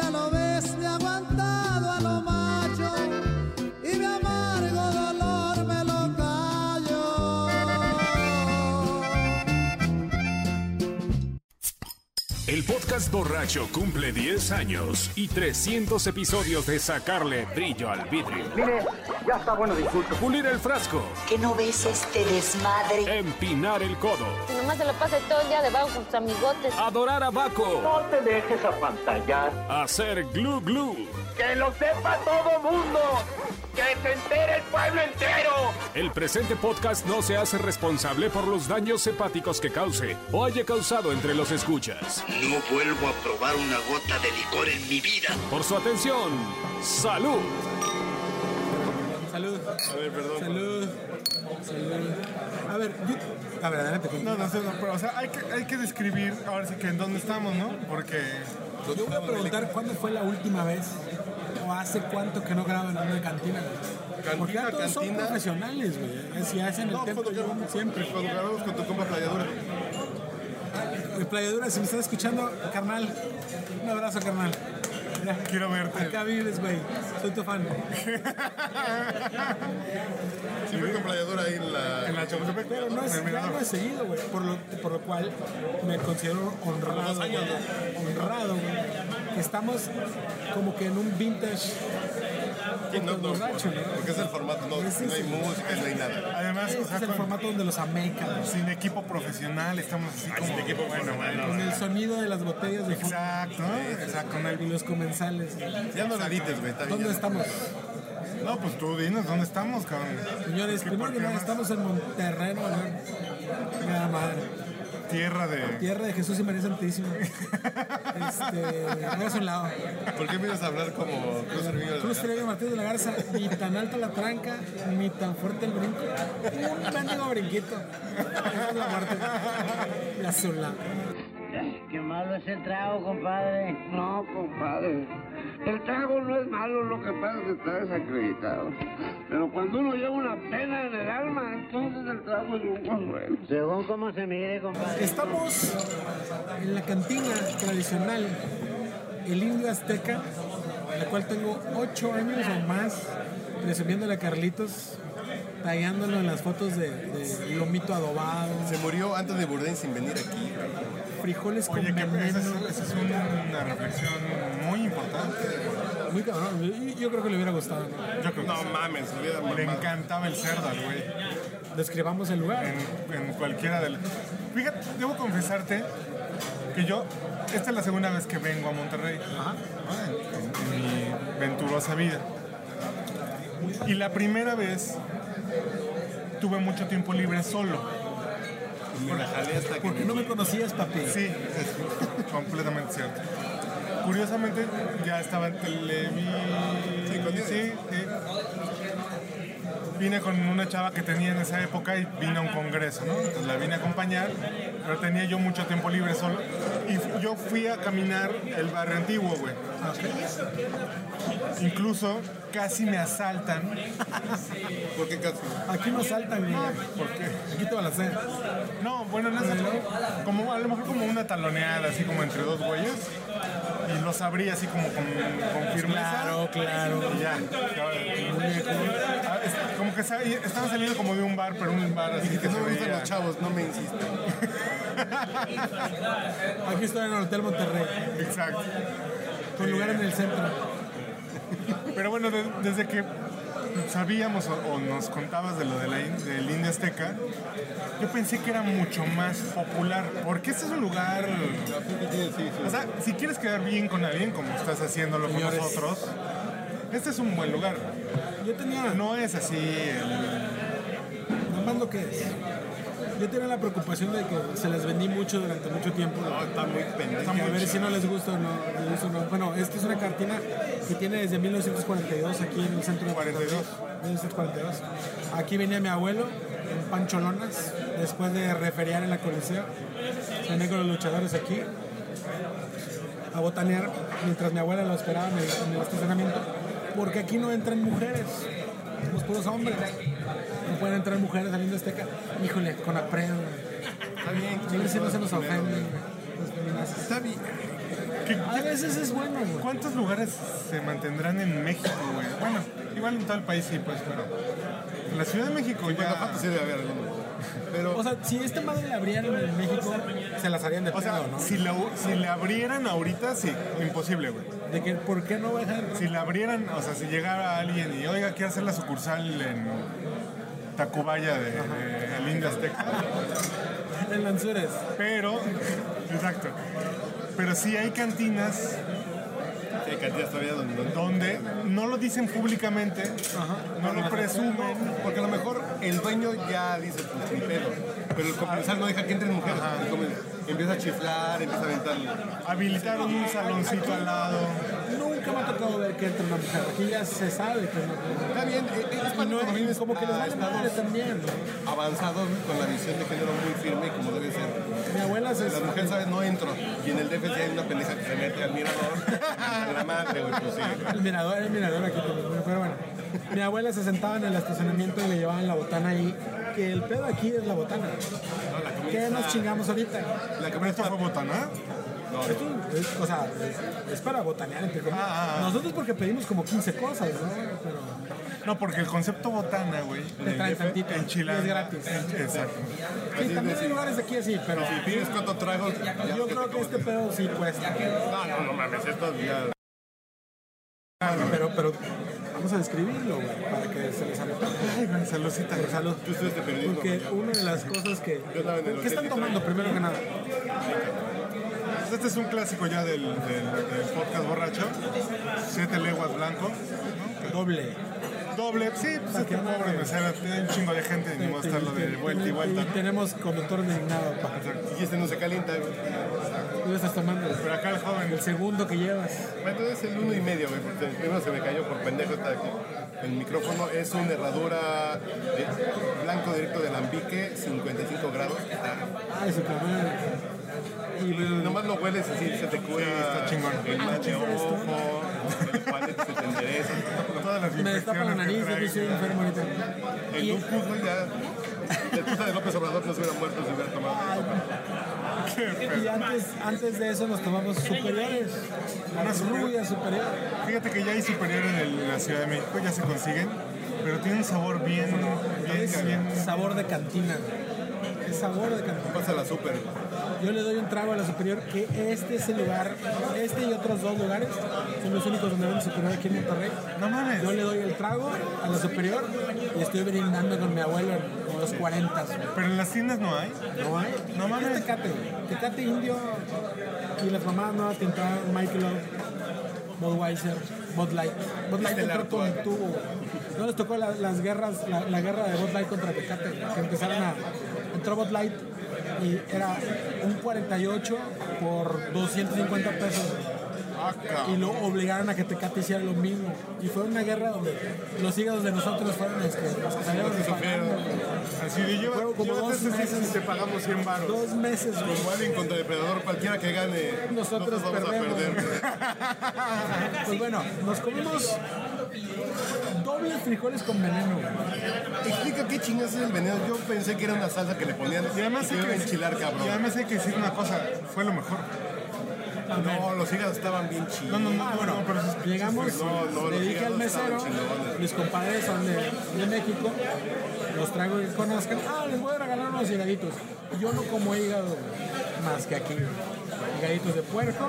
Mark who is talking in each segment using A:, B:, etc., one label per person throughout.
A: amores me ha aguantado a lo macho y mi amargo dolor me lo callo.
B: El podcast borracho cumple 10 años y 300 episodios de sacarle brillo al vidrio.
C: Mire, ya está bueno de insultos.
B: Pulir el frasco,
D: ¿Qué no ves este desmadre?
B: empinar el codo,
E: Si nomás se lo pasa todo el día debajo con sus amigotes.
B: adorar a Baco,
C: No te dejes apantallar.
B: hacer glu glu,
C: ¡Que lo sepa todo mundo! ¡Que se entere el pueblo entero!
B: El presente podcast no se hace responsable por los daños hepáticos que cause o haya causado entre los escuchas.
F: No vuelvo a probar una gota de licor en mi vida.
B: Por su atención, salud.
G: Salud. A ver, perdón. Salud. Salud. A ver, yo... A ver, adelante.
H: No, no sé, no, pero o sea, hay que, hay que describir ahora sí que en dónde estamos, ¿no? Porque
G: Yo voy a preguntar cuándo fue la última vez o hace cuánto que no graban una cantina. güey.
H: Cantina,
G: Porque ya todos son
H: cantina.
G: profesionales, güey. Si hacen el
H: no,
G: tiempo,
H: cuando grabamos siempre, cuando grabamos con tu compa playadora.
G: El Playadura, Eh, si me estás escuchando, carnal, un abrazo, carnal. Mira,
H: Quiero verte.
G: Acá vives, güey. Soy tu fan.
H: Siempre con playadora ahí en la. En la
G: Pero no es, ya no es seguido, güey. Por lo, por lo cual me considero honrado.
H: Dos años,
G: güey. honrado, güey. Que Estamos como que en un vintage.
H: no, no,
G: borracho, ¿no?
H: porque es el formato, no,
G: Es
H: no hay
G: ese.
H: música, no hay nada. Además,
G: Este es el formato donde los americanos.
H: sin equipo profesional, estamos así como. Ah, Sin equipo bueno, bueno.
G: Con el sonido de las botellas de fondo
H: Exacto, exacto. Con
G: y
H: el...
G: los comensales.
H: Ya no la edites, güey, está bien,
G: ¿Dónde
H: ya no.
G: estamos?
H: No, pues tú dinos dónde estamos, cabrón.
G: Señores,
H: ¿Qué
G: primero que
H: parte
G: nada
H: más?
G: estamos en Monterrey, Nuevo León. Chingada madre.
H: Tierra de.
G: Tierra de Jesús y María Santísima. Este, hágase un lado.
H: ¿Por qué me ibas a hablar como Cruz Treviño de la
G: Cruz Treviño Martínez de la Garza, ni tan alta la tranca, ni tan fuerte el brinco. Un mendigo brinquito. Esa es la muerte. La sola.
I: Qué malo es el trago, compadre. No, compadre. El trago no es malo, lo que pasa es que está desacreditado. Pero cuando uno lleva una pena en el alma, entonces el trago es un consuelo. Según cómo se mire, compadre.
G: Estamos en la cantina tradicional El Indio Azteca, la cual tengo 8 años o más presumiéndole a Carlitos, tallándolo en las fotos de, de lomito adobado,
H: Se murió antes de Bourdain sin venir aquí.
G: frijoles con
H: Oye, que esa
G: veneno.
H: es, esa es una reflexión muy importante.
G: Muy cabrón, yo- yo creo que le hubiera gustado. ¿no?
H: no mames, le encantaba el cerdo al güey.
G: Describamos el lugar.
H: En, en cualquiera del. Fíjate, debo confesarte que yo. Esta es la segunda vez que vengo a Monterrey. En, en mi venturosa vida. Y la primera vez tuve mucho tiempo libre solo. Me la jalé hasta
G: Porque no me conocías, papi.
H: Sí, es completamente cierto. Curiosamente, ya estaba en Televi. Sí, sí, Vine con una chava que tenía en esa época y vine a un congreso, ¿no? Entonces la vine a acompañar, pero tenía yo mucho tiempo libre solo. Y fu- yo fui a caminar el barrio antiguo, güey. Incluso casi me asaltan. ¿Por qué casi?
G: Aquí no saltan, güey.
H: ¿Por qué?
G: Aquí te van a hacer.
H: No, bueno, no es como a lo mejor como una taloneada, así como entre dos güeyes. Y los abrí así como con, con firmeza.
G: Claro, claro.
H: Y ya. Ah, es- Como que sa- estaba saliendo como de un bar, pero un bar así que no me gustan los chavos, no me insistan.
G: Aquí estoy en el Hotel Monterrey,
H: Exacto.
G: con lugar en el centro.
H: Pero bueno, de- desde que sabíamos o, o nos contabas de lo de la in- del Indio Azteca, yo pensé que era mucho más popular, porque este es un lugar... O sea, si quieres quedar bien con alguien, como estás haciéndolo con
G: Señores.
H: nosotros, este es un buen lugar.
G: Yo tenía...
H: No es así... el-
G: Nomás lo que es. Yo tenía la preocupación de que se las vendí mucho durante mucho tiempo.
H: pendejo.
G: Que a ver si no les gusta o no. les gusta o no. Bueno, esta es una cartina que tiene desde 1942 aquí en el centro de
H: 42.
G: 1942. Aquí venía mi abuelo en pancholonas después de referiar en la coliseo. Venía con los luchadores aquí a botanear mientras mi abuela lo esperaba en el, en el estacionamiento. Porque aquí no entran mujeres, los puros hombres. No pueden entrar mujeres saliendo Azteca. Este Híjole, con aprendo.
H: Está bien,
G: Siempre siempre se nos
H: culero,
G: ofende.
H: güey.
G: güey. gimnasios.
H: Está bien. ¿Qué-
G: A veces es bueno, güey.
H: ¿Cuántos lugares se mantendrán en México, güey? Bueno, igual en todo el país sí, pues, pero. En la Ciudad de México ya.
J: Guanajuato sí debe haber alguno. Pero
G: O sea, si esta madre la abrieran en México, se las harían de
H: O sea,
G: pedo, ¿no?
H: si, la, si la abrieran ahorita, sí, imposible, güey.
G: De que, ¿por qué no dejan?
H: Si la abrieran, o sea, si llegara alguien y, oiga, quiero hacer la sucursal en Tacubaya de, de el Indio Azteca.
G: En Lanzures.
H: Pero, exacto. Pero sí hay cantinas
J: sí hay cantidades todavía donde... donde-
H: donde no lo dicen públicamente, no lo presumen.
J: Porque a lo mejor el dueño ya dice, pues mi pedo. Pero el comensal no deja que entren mujeres. El comensal empieza a chiflar, empieza a aventar...
H: Habilitaron un saloncito al lado.
G: Nunca me ha tocado ver que entre una mujer. Aquí ya se sabe que no.
J: Está bien, eh, eh, es
G: Y
J: cuando
G: no es como que les
J: a
G: vale madre
J: estados
G: también, ¿no?
J: avanzados güey, con la visión de género muy firme y como debe ser.
G: Mi abuela se...
J: La mujer sabe, no entro. Y en el DF sí hay una pendeja que se mete al mirador. A la madre, güey, pues sí.
G: El mirador, el mirador aquí también, güey, pero bueno. Mi abuela se sentaba en el estacionamiento y le llevaban la botana ahí. Que el pedo aquí es la botana. ¿Qué nos chingamos ahorita?
J: La
H: ¿Pero esto fue botana?
J: ¿Ah?
G: Es un- es- o sea, es, es para botanear, entre comillas.
J: Ah,
G: Nosotros porque pedimos como 15 cosas, ¿no? Pero
H: No, porque el concepto botana, güey.
G: te
H: en
G: traen
H: DF,
G: tantito.
H: En Chilanga,
G: y es gratis.
H: en- Exacto.
G: Sí, también hay lugares aquí así, pero
J: Si pides cuatro tragos, ya
G: yo
J: te
G: creo que
J: comes.
G: este pedo sí cuesta.
J: No, no, no mames, esto ya...
G: Pero, pero vamos a describirlo, güey, para que se les anote. Ay, güey, saludcita. Salud.
J: Tú estudiaste periodismo,
G: Porque
J: güey,
G: una de las cosas que...
J: Yo andaba en el
G: ¿Qué
J: hotel
G: están
J: y
G: tomando primero que nada?
H: Pues Este es un clásico ya del, del- del podcast borracho. Siete leguas blanco.
G: Doble.
H: Doble, sí, pues este pobre mesera, tiene un chingo de gente y ni modo estarlo de vuelta y vuelta,
G: Este, Y
H: ¿no?
G: tenemos conductor designado. pa.
J: Y este no se calienta, güey.
G: Tú estás tomando
H: Pero acá el joven,
G: el segundo que llevas.
J: Bueno, es el uno y medio, güey, porque el primero se me cayó por pendejo está aquí. El micrófono es una herradura de- blanco directo del ambique, 55 grados.
G: Ay, su camarada. Y bueno,
J: Nomás lo hueles y sí, se te cura.
H: está chingón.
J: El
G: Ah,
J: mal de ojo, el palete se te endereza.
H: todas las
G: me destapa la
H: infecciones que
G: nariz, yo
H: trae.
G: estoy enfermo ahorita.
J: El lupus, güey, ya. La esposa de López Obrador no se hubiera muerto si hubiera tomado.
G: Y antes, antes de eso nos tomamos superiores. Una
H: super-
G: rubia superior.
H: Fíjate que ya hay superior en el- la Ciudad de México, ya se consiguen, pero tiene un sabor bien, bien,
G: Es
H: bien.
G: sabor de cantina. Es sabor de cantina.
J: Pasa la super.
G: Yo le doy un trago a la superior que este es el lugar, este y otros dos lugares son los únicos donde venden superior aquí en Monterrey.
H: No mames.
G: Yo le doy el trago a la superior y estoy brindando con mi abuelo en en los 40.
H: Pero en las tiendas no hay.
G: No hay.
H: No mames.
G: Es Este Tecate, güey. Tecate indio y las mamadas nuevas que entraron, Michael Budweiser, Bud Light. Bud Light entró con tubo. güey. No les tocó la- las guerras, la, la guerra de Bud Light contra Tecate, güey, que empezaron a... Entró Bud Light y era un 48 por 250 pesos.
J: Ah,
G: Y lo obligaron a que Tecate hiciera lo mismo. Y fue una guerra donde los hígados de nosotros fueron los que, los que salieron pagando, güey.
H: Así de lleva,
G: Fueron como
H: llévate
G: dos
H: este
G: meses.
H: season y te pagamos 100 baros.
G: Dos meses, güey.
J: Como alguien contra depredador, cualquiera que gane,
G: Nosotros
J: vamos
G: perdemos.
J: a perder. güey.
G: Pues bueno, nos comimos dobles frijoles con veneno. güey.
J: Explica qué chingas es el veneno. Yo pensé que era una salsa que le ponían.
H: Y además hay
J: iba
H: que
J: a enchilar, cabrón.
H: Y además hay que decir una cosa, fue lo mejor.
J: No, los hígados estaban bien chidos.
H: No, no, no,
G: Ah,
H: no,
G: bueno,
H: no, pero eso es-
G: llegamos,
J: No, no,
G: le
J: los
G: dije al
J: hígados
G: mesero,
J: estaban chingones.
G: mis compadres son de, de México, los traigo que conozcan, ah, les voy a regalar unos higaditos. Yo no como hígado güey, más que aquí, güey. higaditos de puerco,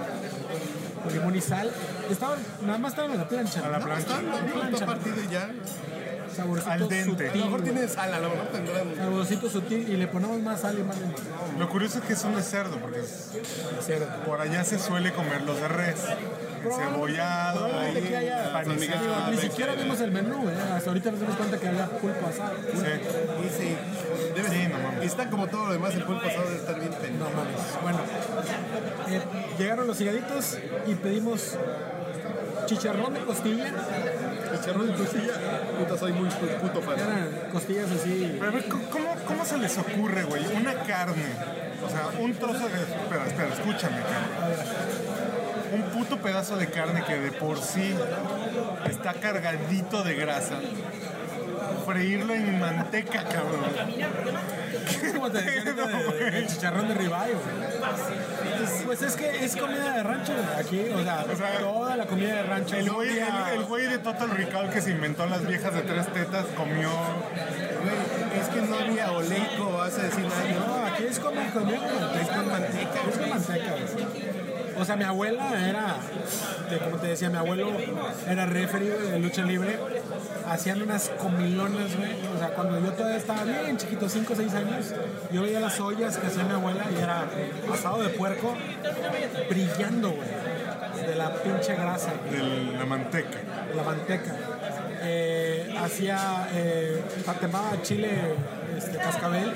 G: con limón y sal. Estaban, nada más estaban a la plancha.
H: A la
G: ¿no?
H: plancha.
J: No, no, no, partido y ya.
G: Saborcito
H: Al dente.
J: A lo
G: sutil.
J: mejor
G: güey.
J: tienes sal, a lo mejor tendrán.
G: Saborcito sutil y le ponemos más sal y más limón.
H: Lo curioso es que son de cerdo, porque es-
G: Cerdo.
H: por allá se suele comer los de res. ¿eh? Cebollado,
G: Probablemente que haya- Digo, ni siquiera vimos el menú, ¿eh? Hasta ahorita nos dimos cuenta que había pulpo asado.
J: Y sí, debe
H: Sí,
J: ser.
H: no mames.
J: Está como todo lo demás, el pulpo pasado debe estar bien
G: No
J: pendejo.
G: mames. Bueno, eh, llegaron los higaditos y pedimos chicharrón de costilla.
J: El charrón de costilla, puta, soy muy pu- puto fan.
G: Eran costillas así.
H: Pero a ver, ¿cómo- ¿cómo, cómo se les ocurre, güey? Una carne, o sea, un trozo de... Espera, espera, escúchame, cabrón. un puto pedazo de carne que de por sí está cargadito de grasa. Freírlo en manteca, cabrón.
G: Es como te decía ahorita de- del chicharrón de ribayo. Pues es que es comida de rancho güey. aquí, o sea,
H: O sea,
G: toda la comida de rancho.
H: El
G: No
H: güey,
G: tiene-
H: el- el güey de Total Recall que se inventó las viejas de tres tetas comió.
J: Güey, es que no había Oleico hace 100 años.
G: No, aquí es como comida con manteca. Es con manteca. Es con manteca. güey. O sea, mi abuela era, te- como te decía, mi abuelo era referee güey, de lucha libre. Hacían unas comilonas, güey. O sea, cuando yo todavía estaba bien chiquito, 5 o 6 años, yo veía las ollas que hacía mi abuela y era asado de puerco brillando, güey, de la pinche grasa. güey
H: De la manteca.
G: la manteca. Eh, hacía, eh, patemaba chile este, cascabel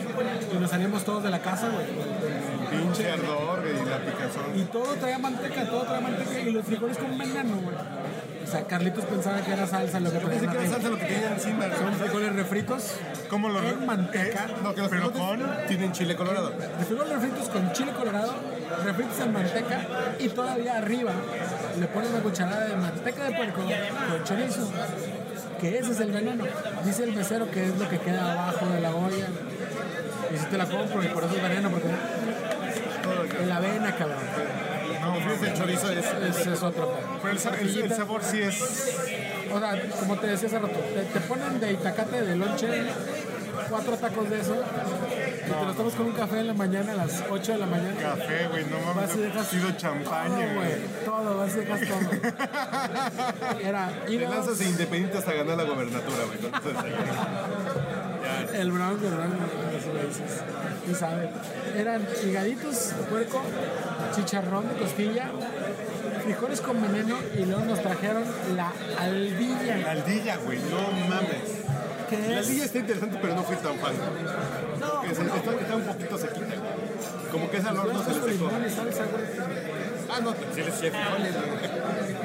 G: y nos salíamos todos de la casa, güey.
J: Pinche ardor y la picazón.
G: Y todo traía manteca, todo traía manteca y los frijoles con veneno, güey. O sea, Carlitos pensaba que era salsa lo que
J: Pensé
G: traían
J: que era
G: arriba.
J: salsa lo que tenía encima.
G: Son frijoles refritos.
H: ¿Cómo lo
G: En manteca.
H: Eh,
J: No, que los
H: pero
J: frijoles
H: con.
J: tienen chile colorado.
G: Frijoles refritos con chile colorado, refritos en manteca y todavía arriba le ponen una cucharada de manteca de puerco con chorizo, que ese es el veneno. Dice el mesero que es lo que queda abajo de la olla. Y si te la compro y por eso es veneno, porque en la avena, cabrón.
H: No,
J: El chorizo es.
G: Ese es otro. pedo.
H: pero el, sa- el- el sabor sí es.
G: O sea, como te decía hace rato, te, te ponen de itacate de lonche cuatro tacos de eso y te los tomas con un café en la mañana a las 8 de la mañana.
H: Café, güey, no mames.
G: Vas y
H: Ha
G: dejas
H: sido champaña,
G: todo,
H: güey.
G: Todo, vas y dejas todo. Era
J: Te
G: hígado,
J: lanzas de independiente hasta ganar la gobernatura, güey. con eso desayuno.
G: el bronco, el bronco, eso lo dices. Y sabe. Eran higaditos de puerco, chicharrón de costilla, frijoles con veneno y luego nos trajeron la
H: La
G: aldilla.
H: aldilla, güey, no mames.
G: Que
J: La
G: es
J: liga está interesante, pero no fui tan fan.
G: No,
J: Es- está, está un poquito sequita, güey. Como que es al horno se
H: Pues,
G: Nuestros
J: le secó.
G: limón y salsa, güey.
J: Ah, no, se les secó.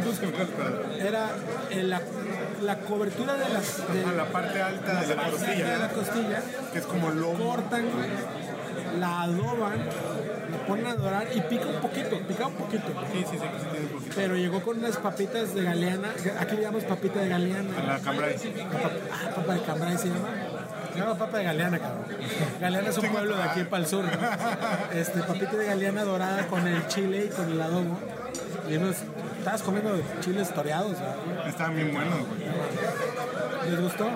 J: No se me acuerdo.
G: Era eh, la, la cobertura de las de,
J: A Ah, la parte alta de la
G: de la
J: costilla,
G: costilla.
J: que es como lomo.
G: cortan, güey, la adoban, la ponen a dorar y pica un poquito, pica un poquito.
J: Sí, sí, sí, que sí tiene un poquito.
G: Pero llegó con unas papitas de galeana, aquí le llamamos papita de
J: A
G: galeana.
J: la cambray.
G: Ah, papa de cambray se llama. Se llama papa de galeana, cabrón. Galeana es un pueblo de aquí para el sur. ¿no? Este, papita de galeana dorada con el chile y con el adobo. Y unos, estabas comiendo chiles toreados, ¿verdad?
H: Estaban bien buenos, güey.
G: ¿Les gustó?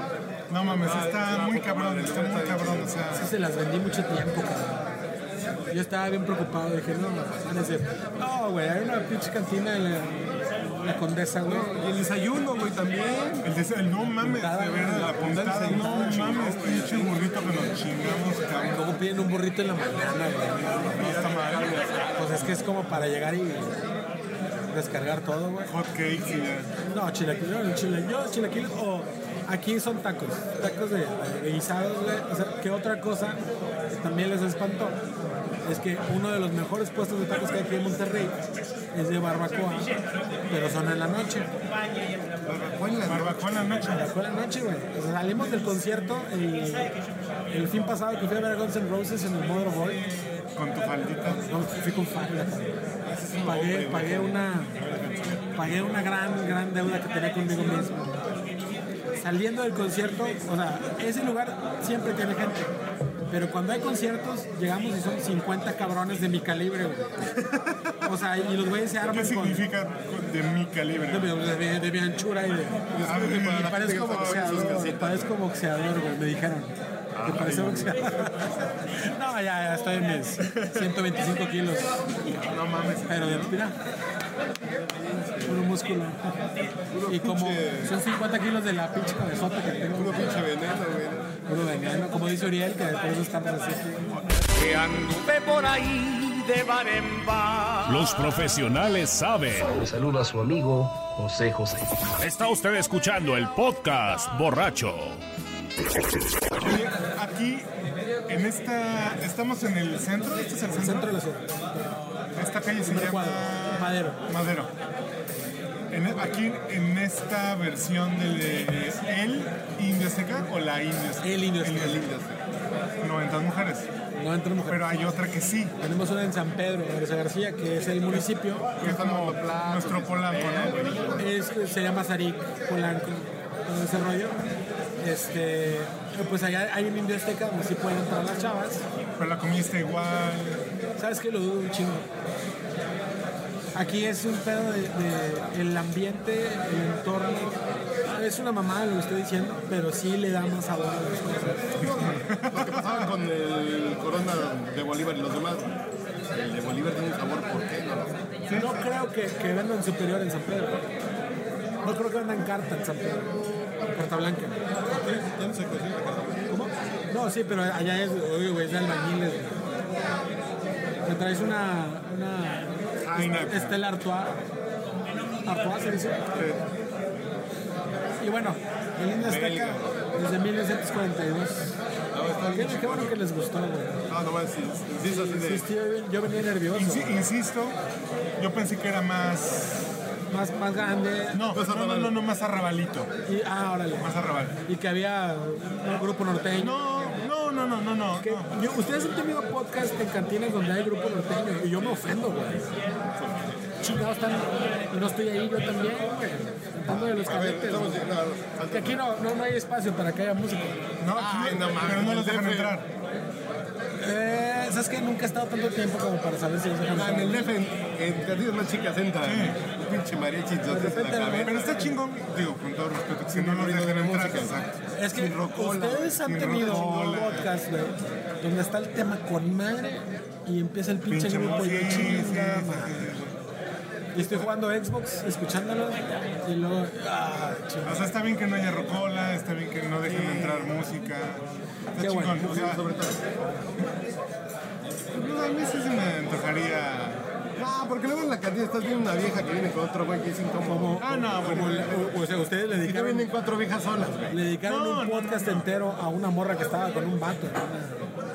H: No mames,
J: Ah,
H: está muy cabrón, está muy cabrón, o sea.
G: Sí, se las vendí mucho tiempo, cabrón. Yo estaba bien preocupado, dije, no, van a decir, no, güey, hay una pinche cantina en la, en la Condesa, güey.
J: Y el desayuno, güey, también.
H: El, des- el no mames, de ver la puntada, no mames, pinche burrito que nos chingamos, cabrón.
G: Luego piden un burrito en la mañana, güey.
H: No está mal, güey.
G: Pues es que es como para llegar y descargar todo, güey.
H: Hot cakes y ya.
G: No, chilaquiles, yo, chile, yo chilaquiles, o aquí son tacos, tacos de, de guisados, güey. O sea, que otra cosa que también les espantó es que uno de los mejores puestos de tacos que hay aquí en Monterrey es de barbacoa, pero son en la noche.
H: Barbacoa en la noche.
G: Fue la noche, güey. O sea, salimos del concierto el, el fin pasado que fui a ver a Guns N' Roses en el Modern Boy.
H: Con tu faldita.
G: No, fui con falda. cabrón. Pagué, pagué una, pagué una gran, gran deuda que tenía conmigo mismo. Saliendo del concierto, o sea, ese lugar siempre tiene gente. Pero cuando hay conciertos, llegamos y son 50 cabrones de mi calibre, güey. O sea, y los güeyes se
H: ¿Qué
G: arman con...
H: significa de mi
G: De,
H: calibre?
G: mi- de mi- de mi anchura y de. este,
H: que para la
G: Y
J: gente
G: parezco
J: que estaba en sus
G: boxeador,
J: casitas.
G: parezco boxeador, güey, me dijeron. Que parece boxeador. No, ya, ya estoy en mis 125 kilos.
H: No mames.
G: Pero de- mira. Puro músculo. Y como son 50 kilos de la pinche cabezota que tengo.
J: Puro pinche veneno, güey.
G: Puro veneno. Como dice Uriel, que por eso estamos así.
C: Que anduve por ahí de bar en bar.
B: Los profesionales saben.
K: Le saluda a su amigo José José.
B: Está usted escuchando el podcast borracho.
H: Oye, aquí, en esta. Estamos en el centro. ¿Este es el
G: El centro
H: centro?
G: de la ciudad.
H: Esta calle se
G: Número
H: llama.
G: cuadro. Madero.
H: Madero. En e- aquí en esta versión del de el Indio Azteca o la Indio Azteca?
G: El Indio Azteca.
H: Indio Azteca. 90 mujeres.
G: 90 mujeres.
H: Pero hay otra que sí.
G: Tenemos una en San Pedro, García García, que es el municipio.
H: Que es como nuestro polanco, ¿no?
G: Es- se llama Zarik, Polanco, todo ese rollo. Este, pues allá hay un indio azteca donde sí pueden entrar las chavas.
H: Pero la comida igual.
G: ¿Sabes qué? Lo dudo un chingo. Aquí es un pedo de, de el ambiente, el entorno. Es una mamada lo que estoy diciendo, pero sí le da más sabor a las cosas.
J: Lo que pasaba con el corona de Bolívar y los demás. El de Bolívar tiene un sabor, ¿por qué? No lo sé.
G: No creo que, que vendan superior en San Pedro. No creo que vendan carta en San Pedro. Carta blanca. ¿Cómo? No, sí, pero allá es, oye, güey, es de albañiles. güey. Te traes una, una
H: Jaina.
G: Estela Artois. Artois se dice. Y bueno, el Indio Azteca desde 1942. Qué, qué bueno que les gustó, güey.
J: No, ah, no, sí, sí, es así de...
G: Sí, sí, yo- yo venía nervioso.
H: Insi- insisto, yo pensé que era más.
G: Más, más grande.
H: No, no, no, no, no, más arrabalito.
G: Y, ah, órale.
H: Más arrabal.
G: Y que había un grupo norteño.
H: No, no, no, no, no, no.
G: Que- yo- ustedes han tenido podcast en cantinas donde hay grupo norteño y yo me ofendo, güey. Chingados están. y No estoy ahí yo también, güey. Cantando de los cadetes.
J: Estamos
G: güey.
J: llegando-
G: Que aquí no, no, no hay espacio para que haya música.
H: No, aquí- pero no los dejan entrar.
G: Eh, ¿Sabes que Nunca he estado tanto tiempo como para saber si los dejan
J: Ah, en
G: entrar.
J: el DF, en, en Cantinas más chicas entran. Pinche mariachi, entonces en la
H: Pero
J: cabeza.
H: está chingón, digo, con todo respeto, que si no los dejan entrar. Exacto.
G: Es que
J: Sin rocola,
G: ustedes han
H: sin
G: tenido un
H: rocola.
G: podcast, güey, donde está el tema con madre y empieza el pinche,
H: Pinche
G: grupo y yo,
H: música. Sí, sí,
G: "Chinga, madre".
H: sí.
G: Y estoy jugando Xbox, escuchándolo, y luego, ah,
H: O
G: chingada.
H: sea, está bien que no haya rocola, está bien que no dejen entrar música. Está
G: Qué bueno.
H: chingón. O sea,
J: Sobre todo.
H: pues, a mí sí se me antojaría.
J: No, porque luego en la cantina estás viendo una vieja que viene con otro güey que es incómodo.
H: Ah, no,
G: Como
H: bueno.
G: le- o, o sea, ustedes le
J: Y te
G: dedicaron,
J: vienen cuatro viejas solas, güey.
G: le dedicaron
H: No,
G: un
H: no,
G: podcast entero a una morra que estaba con un vato.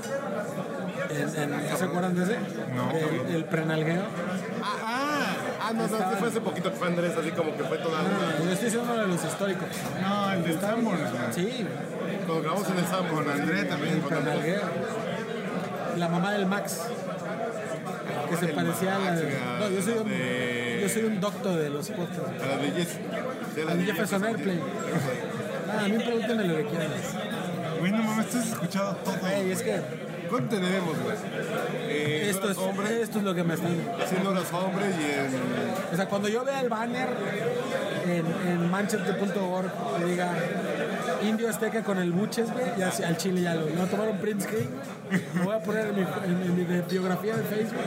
G: ¿no? En- en- ¿No se acuerdan de ese?
H: No.
G: El, el prenalgueo.
J: Ah, ah, no, no, sí fue hace poquito que fue Andrés, así como que fue toda una...
G: Ah, Yo estoy diciendo uno de los históricos.
H: No, el del tambor. güey.
G: Sí,
J: Cuando grabamos en el Sambo.
H: Con André también.
G: el
H: con André.
G: prenalgueo. La mamá del Max. Que se parecía a la de... No, yo soy un, yo soy un doctor de los podcasts.
J: A la de Jess. De la
G: Al
J: de
G: Jefferson
J: Jess.
G: Airplane. Ah, a mí pregúntenme lo que quieran.
H: Güey, no mames, tú has escuchado todo.
G: Ey, es que
J: ¿Cuánto tenemos, güey? Eh,
G: esto es,
J: hombres,
G: esto es lo que me están...
J: haciendo horas hombres y en...
G: O sea, cuando yo vea el banner en, en manchester.org que diga Indio Azteca con el Buches, güey, ya sí, al chile ya lo. Me voy a tomar un print screen, lo voy a poner en mi, en- en mi de- biografía de Facebook.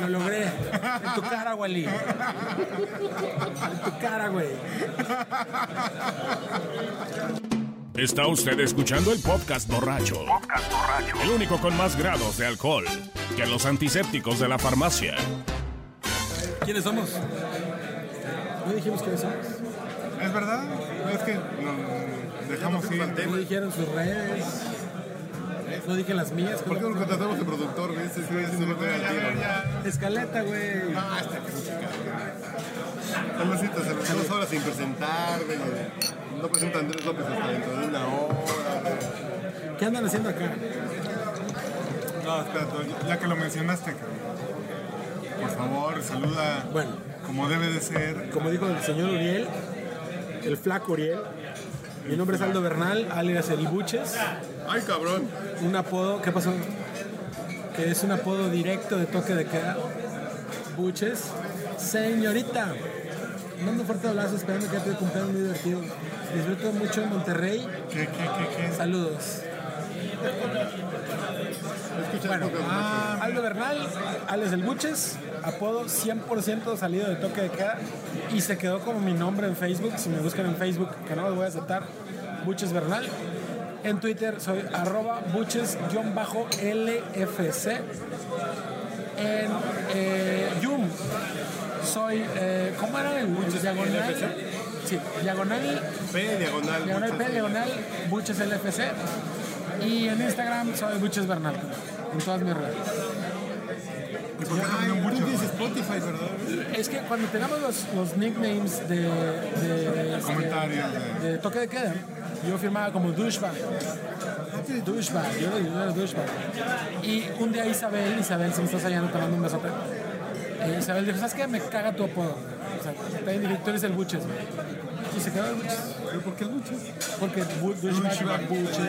G: Lo logré. En tu cara, Wally. En tu cara, güey.
B: Está usted escuchando el podcast borracho. El único con más grados de alcohol que los antisépticos de la farmacia.
G: ¿Quiénes somos? ¿No dijimos quiénes somos?
H: ¿Es verdad? No, Es que no, dejamos ir.
G: No dijeron sus redes. No dije las mías.
J: ¿Por qué no contratamos de productor, güey? Ese güey se lo pega al tiro.
G: Escaleta, güey.
J: Ah, esta música. Saludcita, salud. Dos horas sin presentar, güey. No presenta a Andrés López hasta dentro de una hora.
G: ¿Qué andan haciendo acá?
H: No, espérate, ya que lo mencionaste, cabrón. Por favor, saluda
G: Bueno.
H: como debe de ser.
G: Como dijo el señor Uriel, el flaco Uriel. Mi nombre es Aldo Bernal, alias El Buches,
J: Ay, cabrón.
G: un apodo, ¿qué pasó? Que es un apodo directo de toque de queda. Buches. Señorita, mando un fuerte abrazo esperando que haya tenido un cumpleaños muy divertido. Disfruto mucho en Monterrey.
H: ¿Qué, qué, qué, qué?
G: Saludos.
J: Escucha
G: Bueno,
J: esto, cabrón.
H: ah,
G: Aldo Bernal, Alex El Buches, apodo 100% salido de toque de queda y se quedó como mi nombre en Facebook, si me buscan en Facebook, que no lo voy a aceptar, Buches Bernal. En Twitter soy arroba buches-lfc. En eh, Yum soy, eh, ¿cómo era el diagonal? Sí, diagonal
J: P, diagonal.
G: Leonel
J: muchas-
G: P, Leonel, Buches LFC. Y en Instagram soy Buches Bernal, en todas mis redes.
H: ¿Y por qué
J: Ay,
H: Pues, también
J: tú
H: mucho?
J: dices Spotify, ¿verdad?
G: Es que cuando tengamos los, los nicknames de, de, este,
H: Comentarios.
G: de toque de queda, yo firmaba como douchebag. Antes douchebag, yo era, yo era douchebag. Y un día Isabel, Isabel, si me estás hallando, te mando un besote. Eh, Isabel dijo, ¿sabes qué? Me caga tu apodo. O sea, también dije, tú eres el buches. güey". Y se quedó el buches. ¿Por qué el buches? Porque bu- douchebag, buches.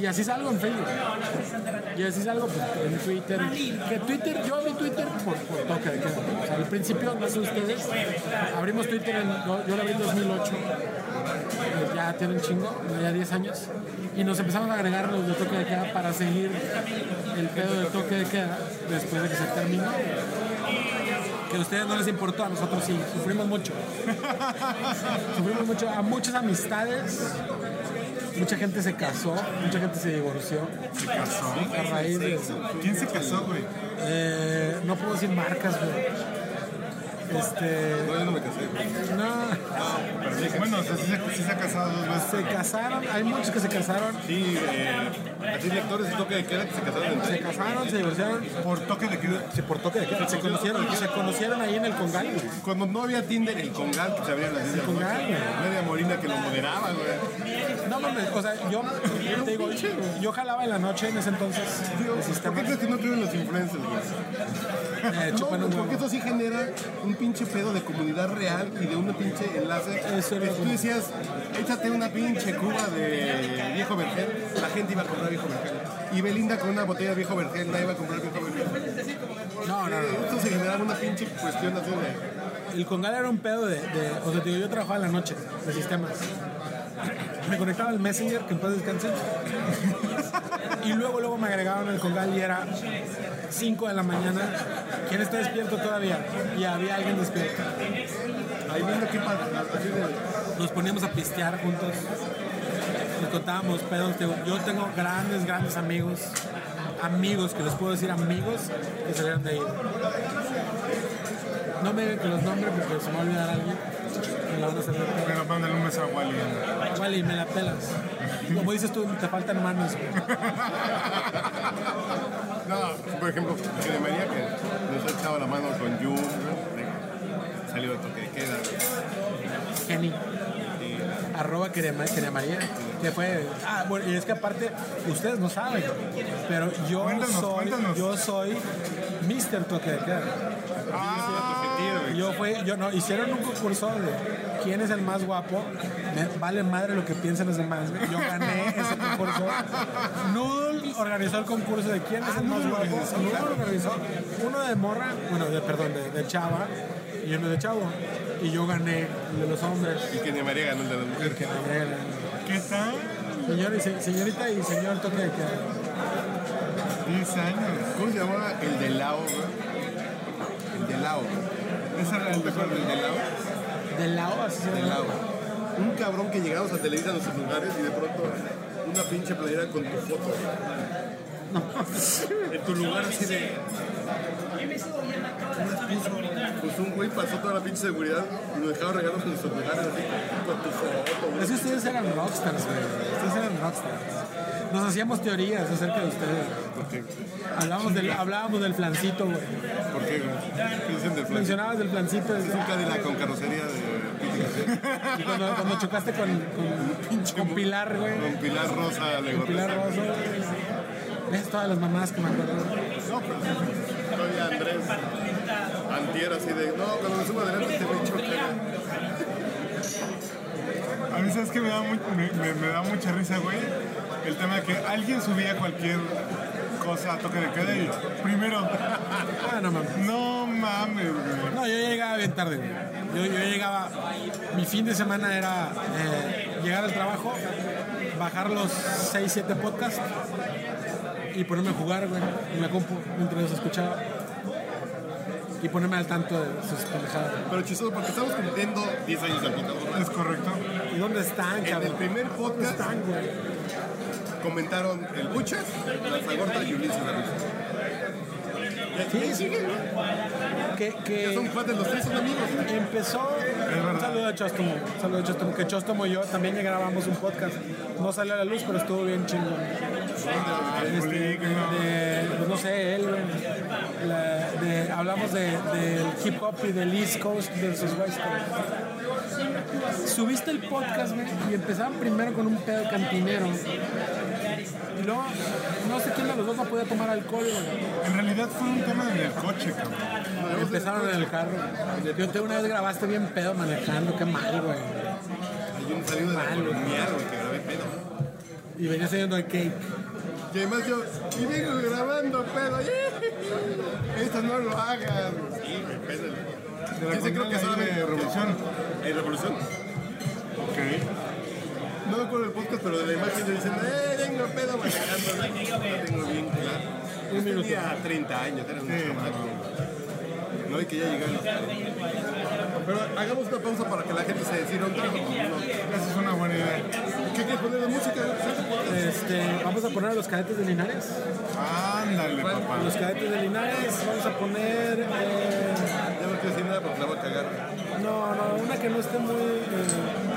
G: Y así salgo en Facebook. Y así salgo pues, en Twitter. Que Twitter, yo abrí Twitter por, por toque de queda. O sea, al principio, no sé ustedes, abrimos Twitter, en, yo, yo lo abrí en 2008. Eh, Ya tiene un chingo, ya 10 años. Y nos empezamos a agregar los de toque de queda para seguir el pedo de toque de queda después de que se terminó. Que a ustedes no les importó, a nosotros sí, sufrimos mucho. sufrimos mucho, a muchas amistades Mucha gente se casó, mucha gente se divorció. ¿Se casó? A raíz de
A: ¿Quién se casó, güey?
G: Eh, no puedo decir marcas, güey. Este.
H: No, yo no me casé.
G: No.
H: Pero sí, bueno, o sea, sí se- sí se ha casado dos veces.
G: Se casaron, hay muchos que se casaron.
H: Sí, eh, así directores de toque de queda que se casaron.
G: Se casaron, se divorciaron.
H: Por toque de queda.
G: Se por toque de queda. Se conocieron, se conocieron ahí en el Congal, güey.
H: Cuando no había Tinder, el Congal que se abría a las 10 de la noche.
G: Congal, güey.
H: Media Molina que lo moderaba, güey.
G: No mames, o sea, yo te digo, yo jalaba en la noche en ese entonces. El
H: ¿Por
G: sistema
H: qué crees que no tuvieron los influencers, güey?
G: eh,
H: No,
G: chupan
H: güey,
G: un
H: porque
G: huevo.
H: eso sí genera un pinche pedo de comunidad real y de un pinche enlace.
G: Eso era
H: Que
G: lo
H: tú
G: que-
H: decías, échate una pinche cuba de viejo vergel, la gente iba a comprar viejo vergel. Y Belinda con una botella de viejo vergel, la iba a comprar viejo vergel.
G: No, no, no.
H: Esto se generaba una pinche cuestión así de...
G: El Congal era un pedo de, de- O sea, te digo, yo trabajaba en la noche de sistemas. Me conectaba al Messenger, que en paz descanse. y luego, luego me agregaron el Congal y era 5 de la mañana. ¿Quién está despierto todavía? Y había alguien despierto.
H: Ahí viendo qué pasa. así de-
G: Nos poníamos a pistear juntos. Nos contábamos pedos. te digo, Yo tengo grandes, grandes amigos. Amigos, que les puedo decir amigos, que salieron de ahí. No me digan que los nombre porque se me va a olvidar alguien. Me la van a hacer de pedo.
A: Pero mándale un beso a Wally. anda.
G: Wally, me la pelas. Como dices tú, te faltan manos. güey.
H: No, por ejemplo, que de María que nos ha echado la mano con Jun, de- salió el toque de queda.
G: Kenny. Eh, Arroba quería María. Que fue. Ah, bueno, y es que aparte, ustedes no saben. Pero yo
A: Cuéntanos,
G: soy.
A: cuéntanos.
G: Yo soy Mr. Toque de Queda. Yo fui, yo no, hicieron un concurso de quién es el más guapo. Me vale madre lo que piensen los demás. güey. Yo gané ese concurso. Nudl organizó el concurso de quién es el más guapo. Nudl organizó uno de morra, bueno, de, perdón, de, de chava y uno de chavo. Y yo gané el de los hombres.
H: Y que de María ganó el de la mujer.
G: Que me regalan.
A: ¿Qué tal?
G: Señor y se- señorita y señor toque de queda.
A: 10 años.
H: ¿Cómo se llamaba el de Lao, güey? El de Lao. güey. ¿Esa era el mejor del de Lao?
G: De lado así se
H: De
G: llama.
H: Lao. Un cabrón que llegamos a Televisa a nuestros lugares y de pronto una pinche playera con tu foto. güey. En tu lugar así de... Pues un güey pasó toda la pinche seguridad y nos dejaba regalos en nuestros lugares así, con tu foto, güey.
G: Es que ustedes eran rockstars, güey. Ustedes eran rockstars. Nos hacíamos teorías acerca de ustedes.
H: ¿Por qué?
G: Hablábamos del, hablábamos del flancito, güey.
H: ¿Por qué, güey? ¿Qué dicen del plan?
G: Mencionabas del flancito. y-
H: Nunca de la con carrocería de Piti Café.
G: y cuando, cuando chocaste con, con, con Pilar, güey.
H: Con Pilar Rosa le
G: Con Pilar Rosa. Ves todas las mamás que me acuerdo.
H: No, pero todavía Andrés. Antier así de, no, cuando me subo adelante te me choca.
A: A mí sabes que me da, mu- me, me- me da mucha risa, güey. El tema de que alguien subía cualquier cosa a toque de queda y primero,
G: Ah, no mames.
A: no mames, güey.
G: No, yo llegaba bien tarde, güey. Yo, yo llegaba, mi fin de semana era eh, llegar al trabajo, bajar los 6, 7 podcasts y ponerme a jugar, güey, en la compu, mientras los escuchaba. Y ponerme al tanto de sus pendejadas.
H: Pero chistoso, porque estamos cumpliendo 10 años de computadora.
A: Es correcto.
G: ¿Y dónde están,
H: En el
G: cabrón?
H: primer
G: ¿Dónde
H: podcast
G: están, güey?
H: comentaron el Buchas, la Zagorta y Ulises de Ruiz. Y aquí
G: Sí, sí.
H: siguen, ¿no?
G: Que,
H: Ya Son
G: que
H: cuates, los tres son amigos.
G: empezó... Un saludo a Chostomo, un saludo a Chostomo, que Chostomo y yo también ya grabamos un podcast. No salió a la luz, pero estuvo bien chingón. Este, de- pues no sé, él, güey. La- de- hablamos de- del hip hop y del East Coast versus West Coast. subiste el podcast, güey, y empezaron primero con un pedo cantinero. Y luego, no sé quién de los dos no podía tomar alcohol, güey.
H: En realidad fue un tema del coche, cabrón.
G: Empezaron en el carro. Yo te una vez grabaste bien pedo manejando, qué mal, güey.
J: Hay un salido de la colonia, güey, que grabé pedo.
G: Y venías saliendo el cake.
J: Y además yo, y vengo grabando pedo. Esto no lo hagas. Sí, güey, pedo. Ese creo que es
H: de revolución.
J: ¿En Revolución?
H: Ok.
J: No me acuerdo del podcast, pero de la imagen yo diciendo, ¡eh, vengo pedo manejando! No tengo bien claro. Yo tenía 30 años, era un chamaco. No hay que ya llegar a los 40. Pero hagamos una pausa para que la gente se decida un trago.
H: Esa es una buena idea.
J: ¿Qué quieres poner de música?
G: Este, vamos a poner a los cadetes de Linares.
H: Ándale, papá.
J: pues,
G: A los cadetes de Linares vamos a poner... eh,
J: Ya no quiero decir nada porque la voy a cagar.
G: no, no, una que no esté muy... eh,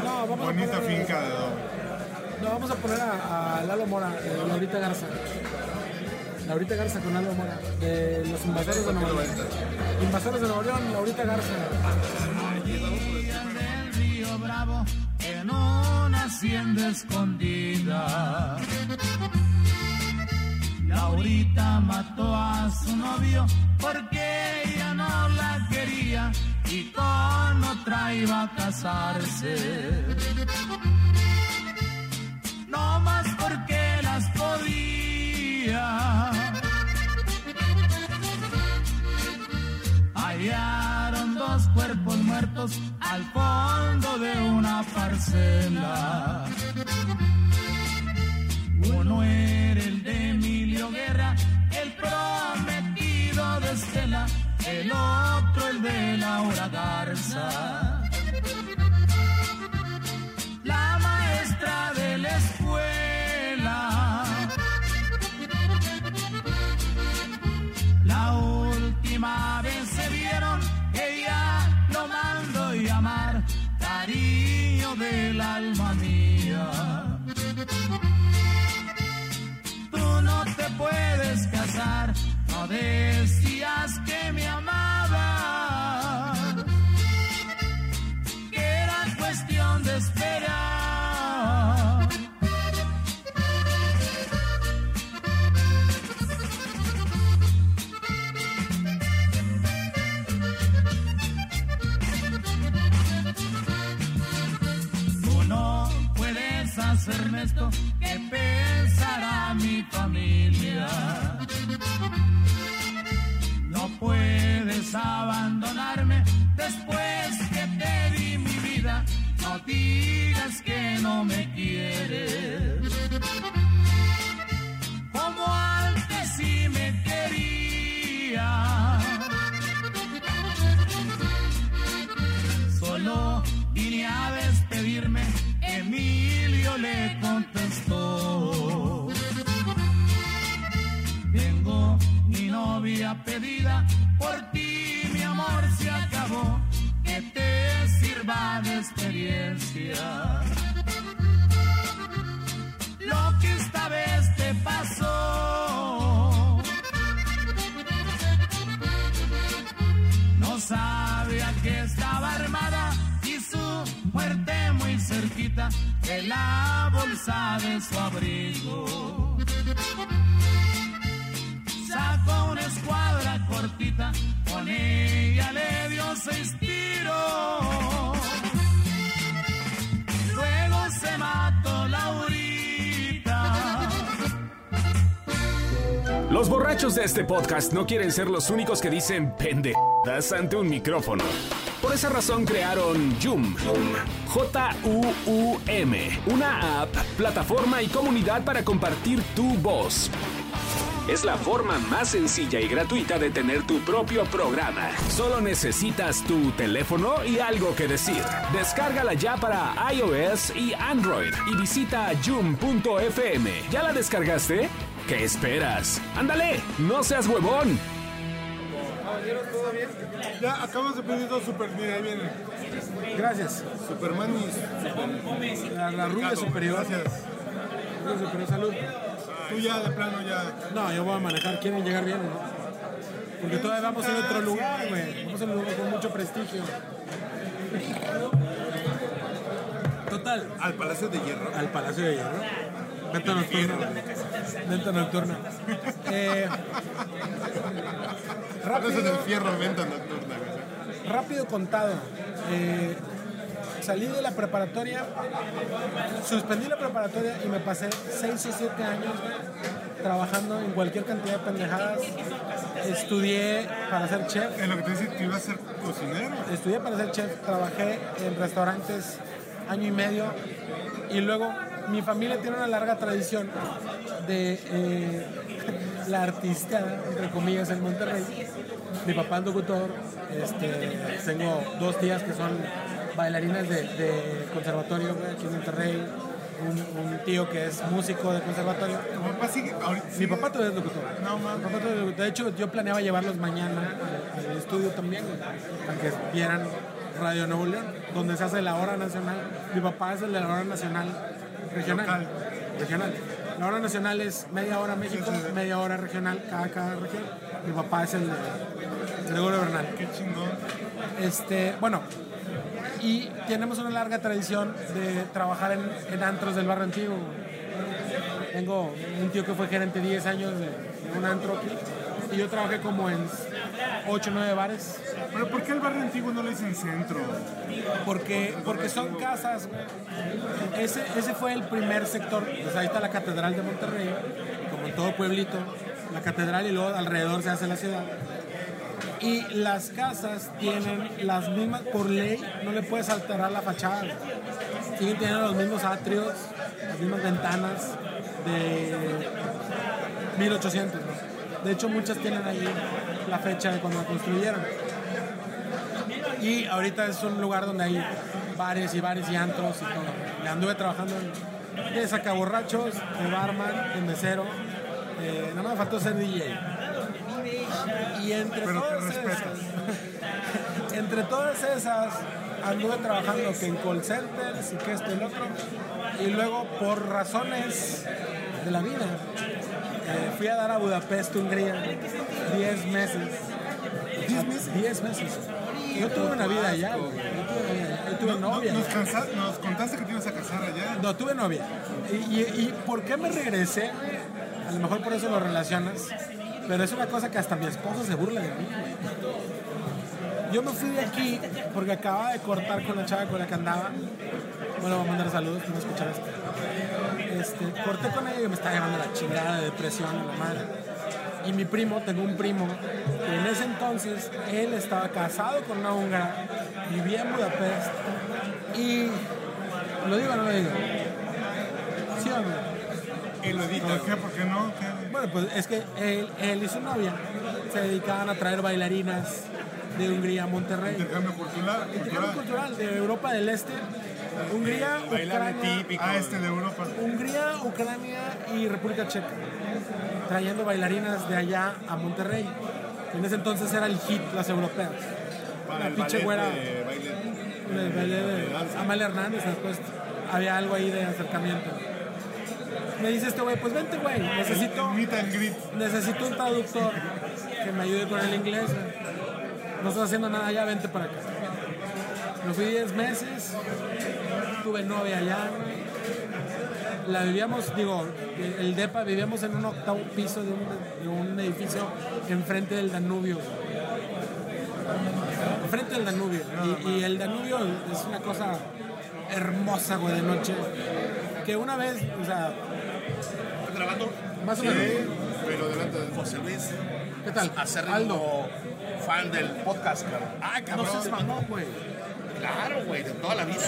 G: no, vamos a
H: Bonita
G: poner...
H: finca de doble.
G: No, vamos a poner a, a Lalo Mora, eh, Laurita Garza. Laurita Garza con Lalo Mora, de los invasores de Nueva León. Invasores de Nueva León, Laurita Garza.
A: Orillas del río Bravo, en una hacienda escondida. Laurita mató a su novio porque ella no la quería y con otra iba a casarse. No más porque las podía. Hallaron dos cuerpos muertos al fondo de una parcela. Uno era el de Emilio Guerra, el prometido de Estela, el otro el de Laura Garza. La maestra de la escuela La última vez se vieron, ella lo mandó llamar, cariño del alma mía. Tú no te puedes casar, no decías que me amabas, que era cuestión de esperar. Tú no puedes hacerme esto que pensará mi familia. No puedes abandonarme después que te di mi vida. No digas que no me quieres. Como antes sí me querías. Solo vine a despedirme, Emilio le contestó. Tengo mi novia pedida, por ti mi amor se acabó, que te sirva de experiencia. Lo que esta vez te pasó. No sabía que estaba armada y su muerte muy cerquita de la bolsa de su abrigo. Sacó una escuadra cortita, con ella le dio seis tiros. Luego se mató Laurita.
B: Los borrachos de este podcast no quieren ser los únicos que dicen pendejadas ante un micrófono. Por esa razón crearon Joom, J-U-U-M, una app, plataforma y comunidad para compartir tu voz. Es la forma más sencilla y gratuita de tener tu propio programa. Solo necesitas tu teléfono y algo que decir. Descárgala ya para iOS y Android y visita joom.fm. ¿Ya la descargaste? ¿Qué esperas? ¡Ándale! ¡No seas huevón!
H: Ya acabamos de pedir dos super ahí vienen.
G: Gracias.
J: Superman y Superman.
G: La, la rubia superior.
H: Gracias.
G: Rubia superior, salud.
H: Tú ya, de plano, ya.
G: No, yo voy a manejar, quieren llegar bien, ¿no? Porque todavía vamos a otro lugar, güey. Vamos a un lugar con mucho prestigio. Total.
J: Al Palacio de Hierro.
G: Al Palacio de Hierro. Venta nocturna. Venta nocturna. Eh,
J: Palacio del Fierro, venta nocturna. güey.
G: rápido contado. eh, salí de la preparatoria, suspendí la preparatoria y me pasé 6 o 7 años güey, trabajando en cualquier cantidad de pendejadas. Estudié para ser chef.
H: En lo que te decía que iba a ser cocinero.
G: Estudié para ser chef, trabajé en restaurantes año y medio y luego mi familia tiene una larga tradición de eh, la artista, entre comillas, en Monterrey. Mi papá es locutor, este, tengo dos tías que son bailarinas de, de conservatorio güey, aquí en Monterrey, un, un tío que es músico de conservatorio.
H: Tu papá sigue. Ahorita,
G: Mi papá todavía es locutor. No, mi papá todavía es locutor. De hecho, yo planeaba llevarlos mañana al, al estudio también, güey, para que vieran Radio Nuevo León, donde se hace la hora nacional. Mi papá es el de la hora nacional regional.
H: Local.
G: Regional. La hora nacional es media hora México,
H: Sí, sí, sí.
G: media hora regional, cada, cada región. Mi papá es el de Gregorio Bernal.
H: Qué chingón.
G: Este, bueno, y tenemos una larga tradición de trabajar en, en antros del barrio antiguo. Tengo un tío que fue gerente 10 años de, de un antro aquí y yo trabajé como en 8 o 9 bares
H: Pero ¿por qué el barrio antiguo no le dicen centro?
G: porque, porque son casas. güey. Ese, ese fue el primer sector. Pues ahí está la Catedral de Monterrey, como en todo pueblito, la catedral y luego alrededor se hace la ciudad. Y las casas tienen las mismas, por ley, no le puedes alterar la fachada. güey. Siguen teniendo los mismos atrios, las mismas ventanas de 1800. ¿no? De hecho, muchas tienen ahí la fecha de cuando la construyeron. Y ahorita es un lugar donde hay bares y bares y antros y todo. Le anduve trabajando en- de sacaborrachos, de barman, de mesero. Eh, nada más me faltó ser DJ. Y entre
H: Pero te
G: todas
H: respetas.
G: esas, entre todas esas, anduve trabajando que en call centers y que esto y lo otro. Y luego, por razones de la vida, eh, fui a dar a Budapest, Hungría, 10 meses. 10 meses. 10 meses. Yo tuve una vida allá. güey. Yo tuve, una vida allá. Yo tuve novia.
H: Nos, cansa- nos contaste que te ibas a casar allá.
G: No, tuve novia. Y, y- y por qué me regresé? A lo mejor por eso lo relacionas. Pero es una cosa que hasta mi esposa se burla de mí, güey. Yo me fui de aquí porque acababa de cortar con la chava con la que andaba. Bueno, voy a mandar saludos, no escuchar esto. Este, corté con ella y me estaba llevando la chingada de depresión, la madre. Y mi primo, tengo un primo, que en ese entonces él estaba casado con una húngara, vivía en Budapest y. ¿Lo digo o no lo digo? ¿Sí o no?
J: Y lo dije.
H: ¿Por qué? ¿Por qué no? ¿Qué?
G: Bueno, pues es que él, él y su novia se dedicaban a traer bailarinas de Hungría a Monterrey.
H: Intercambio cultural.
G: Intercambio
H: cultural.
G: cultural de Europa del Este, Hungría,
J: Bailable
G: Ucrania,
J: típico.
H: Ah, este de Europa.
G: Hungría, Ucrania y República Checa, trayendo bailarinas de allá a Monterrey. En ese entonces era el hit, las europeas.
J: Para el
G: la pinche güera,
J: ballet de baile.
G: el baile de Amalia Hernández, después había algo ahí de acercamiento. Me dice este güey, pues vente güey, necesito,
H: El Meet and greet.
G: necesito un traductor que me ayude con el inglés. güey. No estás haciendo nada allá, vente para acá. Me fui 10 meses, tuve novia allá, güey la vivíamos, digo, el DEPA vivíamos en un octavo piso de un, de un edificio enfrente del Danubio. Enfrente del Danubio. Y,
J: Ah,
G: y el Danubio es una cosa hermosa, güey, de noche. Que una vez, o sea,
J: ¿Está grabando?
G: más o
J: Sí,
G: menos.
J: pero delante de
L: José Luis.
G: ¿Qué tal?
L: Acérrimo
G: Aldo.
L: fan del podcast, cabrón. Ah,
G: No
L: cabrón.
G: seas mamón, güey.
L: Claro, güey, de toda la vida.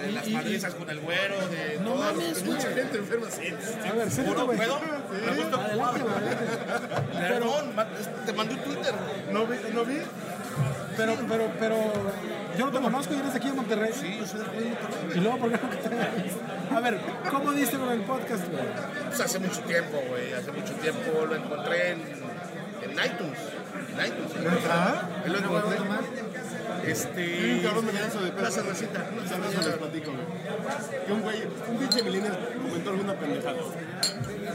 L: De las
G: Y- y-
L: madrizas con el güero, de
G: No
L: todas-
G: mames, güey.
J: Mucha gente enferma. Sí,
G: A ver, siéntate,
L: ¿Puedo?
G: güey.
L: ¿Puedo? Me gusta-
G: Adelante, güey, adelante.
L: Perdón, ma- te mandé un Twitter. güey.
H: ¿No vi? ¿No vi?
G: Pero, pero, pero, yo no te conozco y eres de aquí en Monterrey.
L: Sí, yo soy de
G: Y luego, ¿por qué no te A ver, ¿cómo diste con el podcast, güey?
L: Pues hace mucho tiempo, güey. Hace mucho tiempo lo encontré en, en iTunes. En iTunes.
H: ¿Verdad?
L: Él lo encontré. Este.
J: un cabrón me lanzo de pedo.
L: Una cervecita.
J: Una cerveza les platico, güey. Que un güey, un pinche millennial comentó alguna pendejada.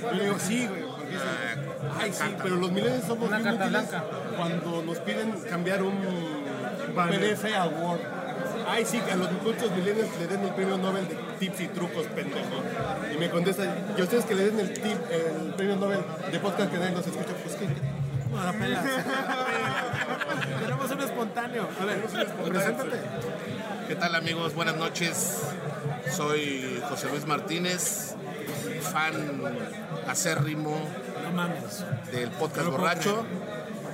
J: Yo le digo, sí, güey, porque dice,
L: Ah,
J: ay, sí, pero los millennials somos
G: Una
J: bien
G: carta
J: útiles
G: blanca.
J: cuando nos piden cambiar un
H: Vale.
J: PDF a Word.
H: ay sí, a los cultos milenios le den el premio Nobel de tips y trucos, pendejo. Y me contesta, y a ustedes que le den el, tip, el premio Nobel de podcast que nadie nos escucha, pues que...
G: No, la pelas. Tenemos un espontáneo. A ver, preséntate.
A: ¿Qué tal amigos? Buenas noches. Soy José Luis Martínez, fan acérrimo del podcast borracho.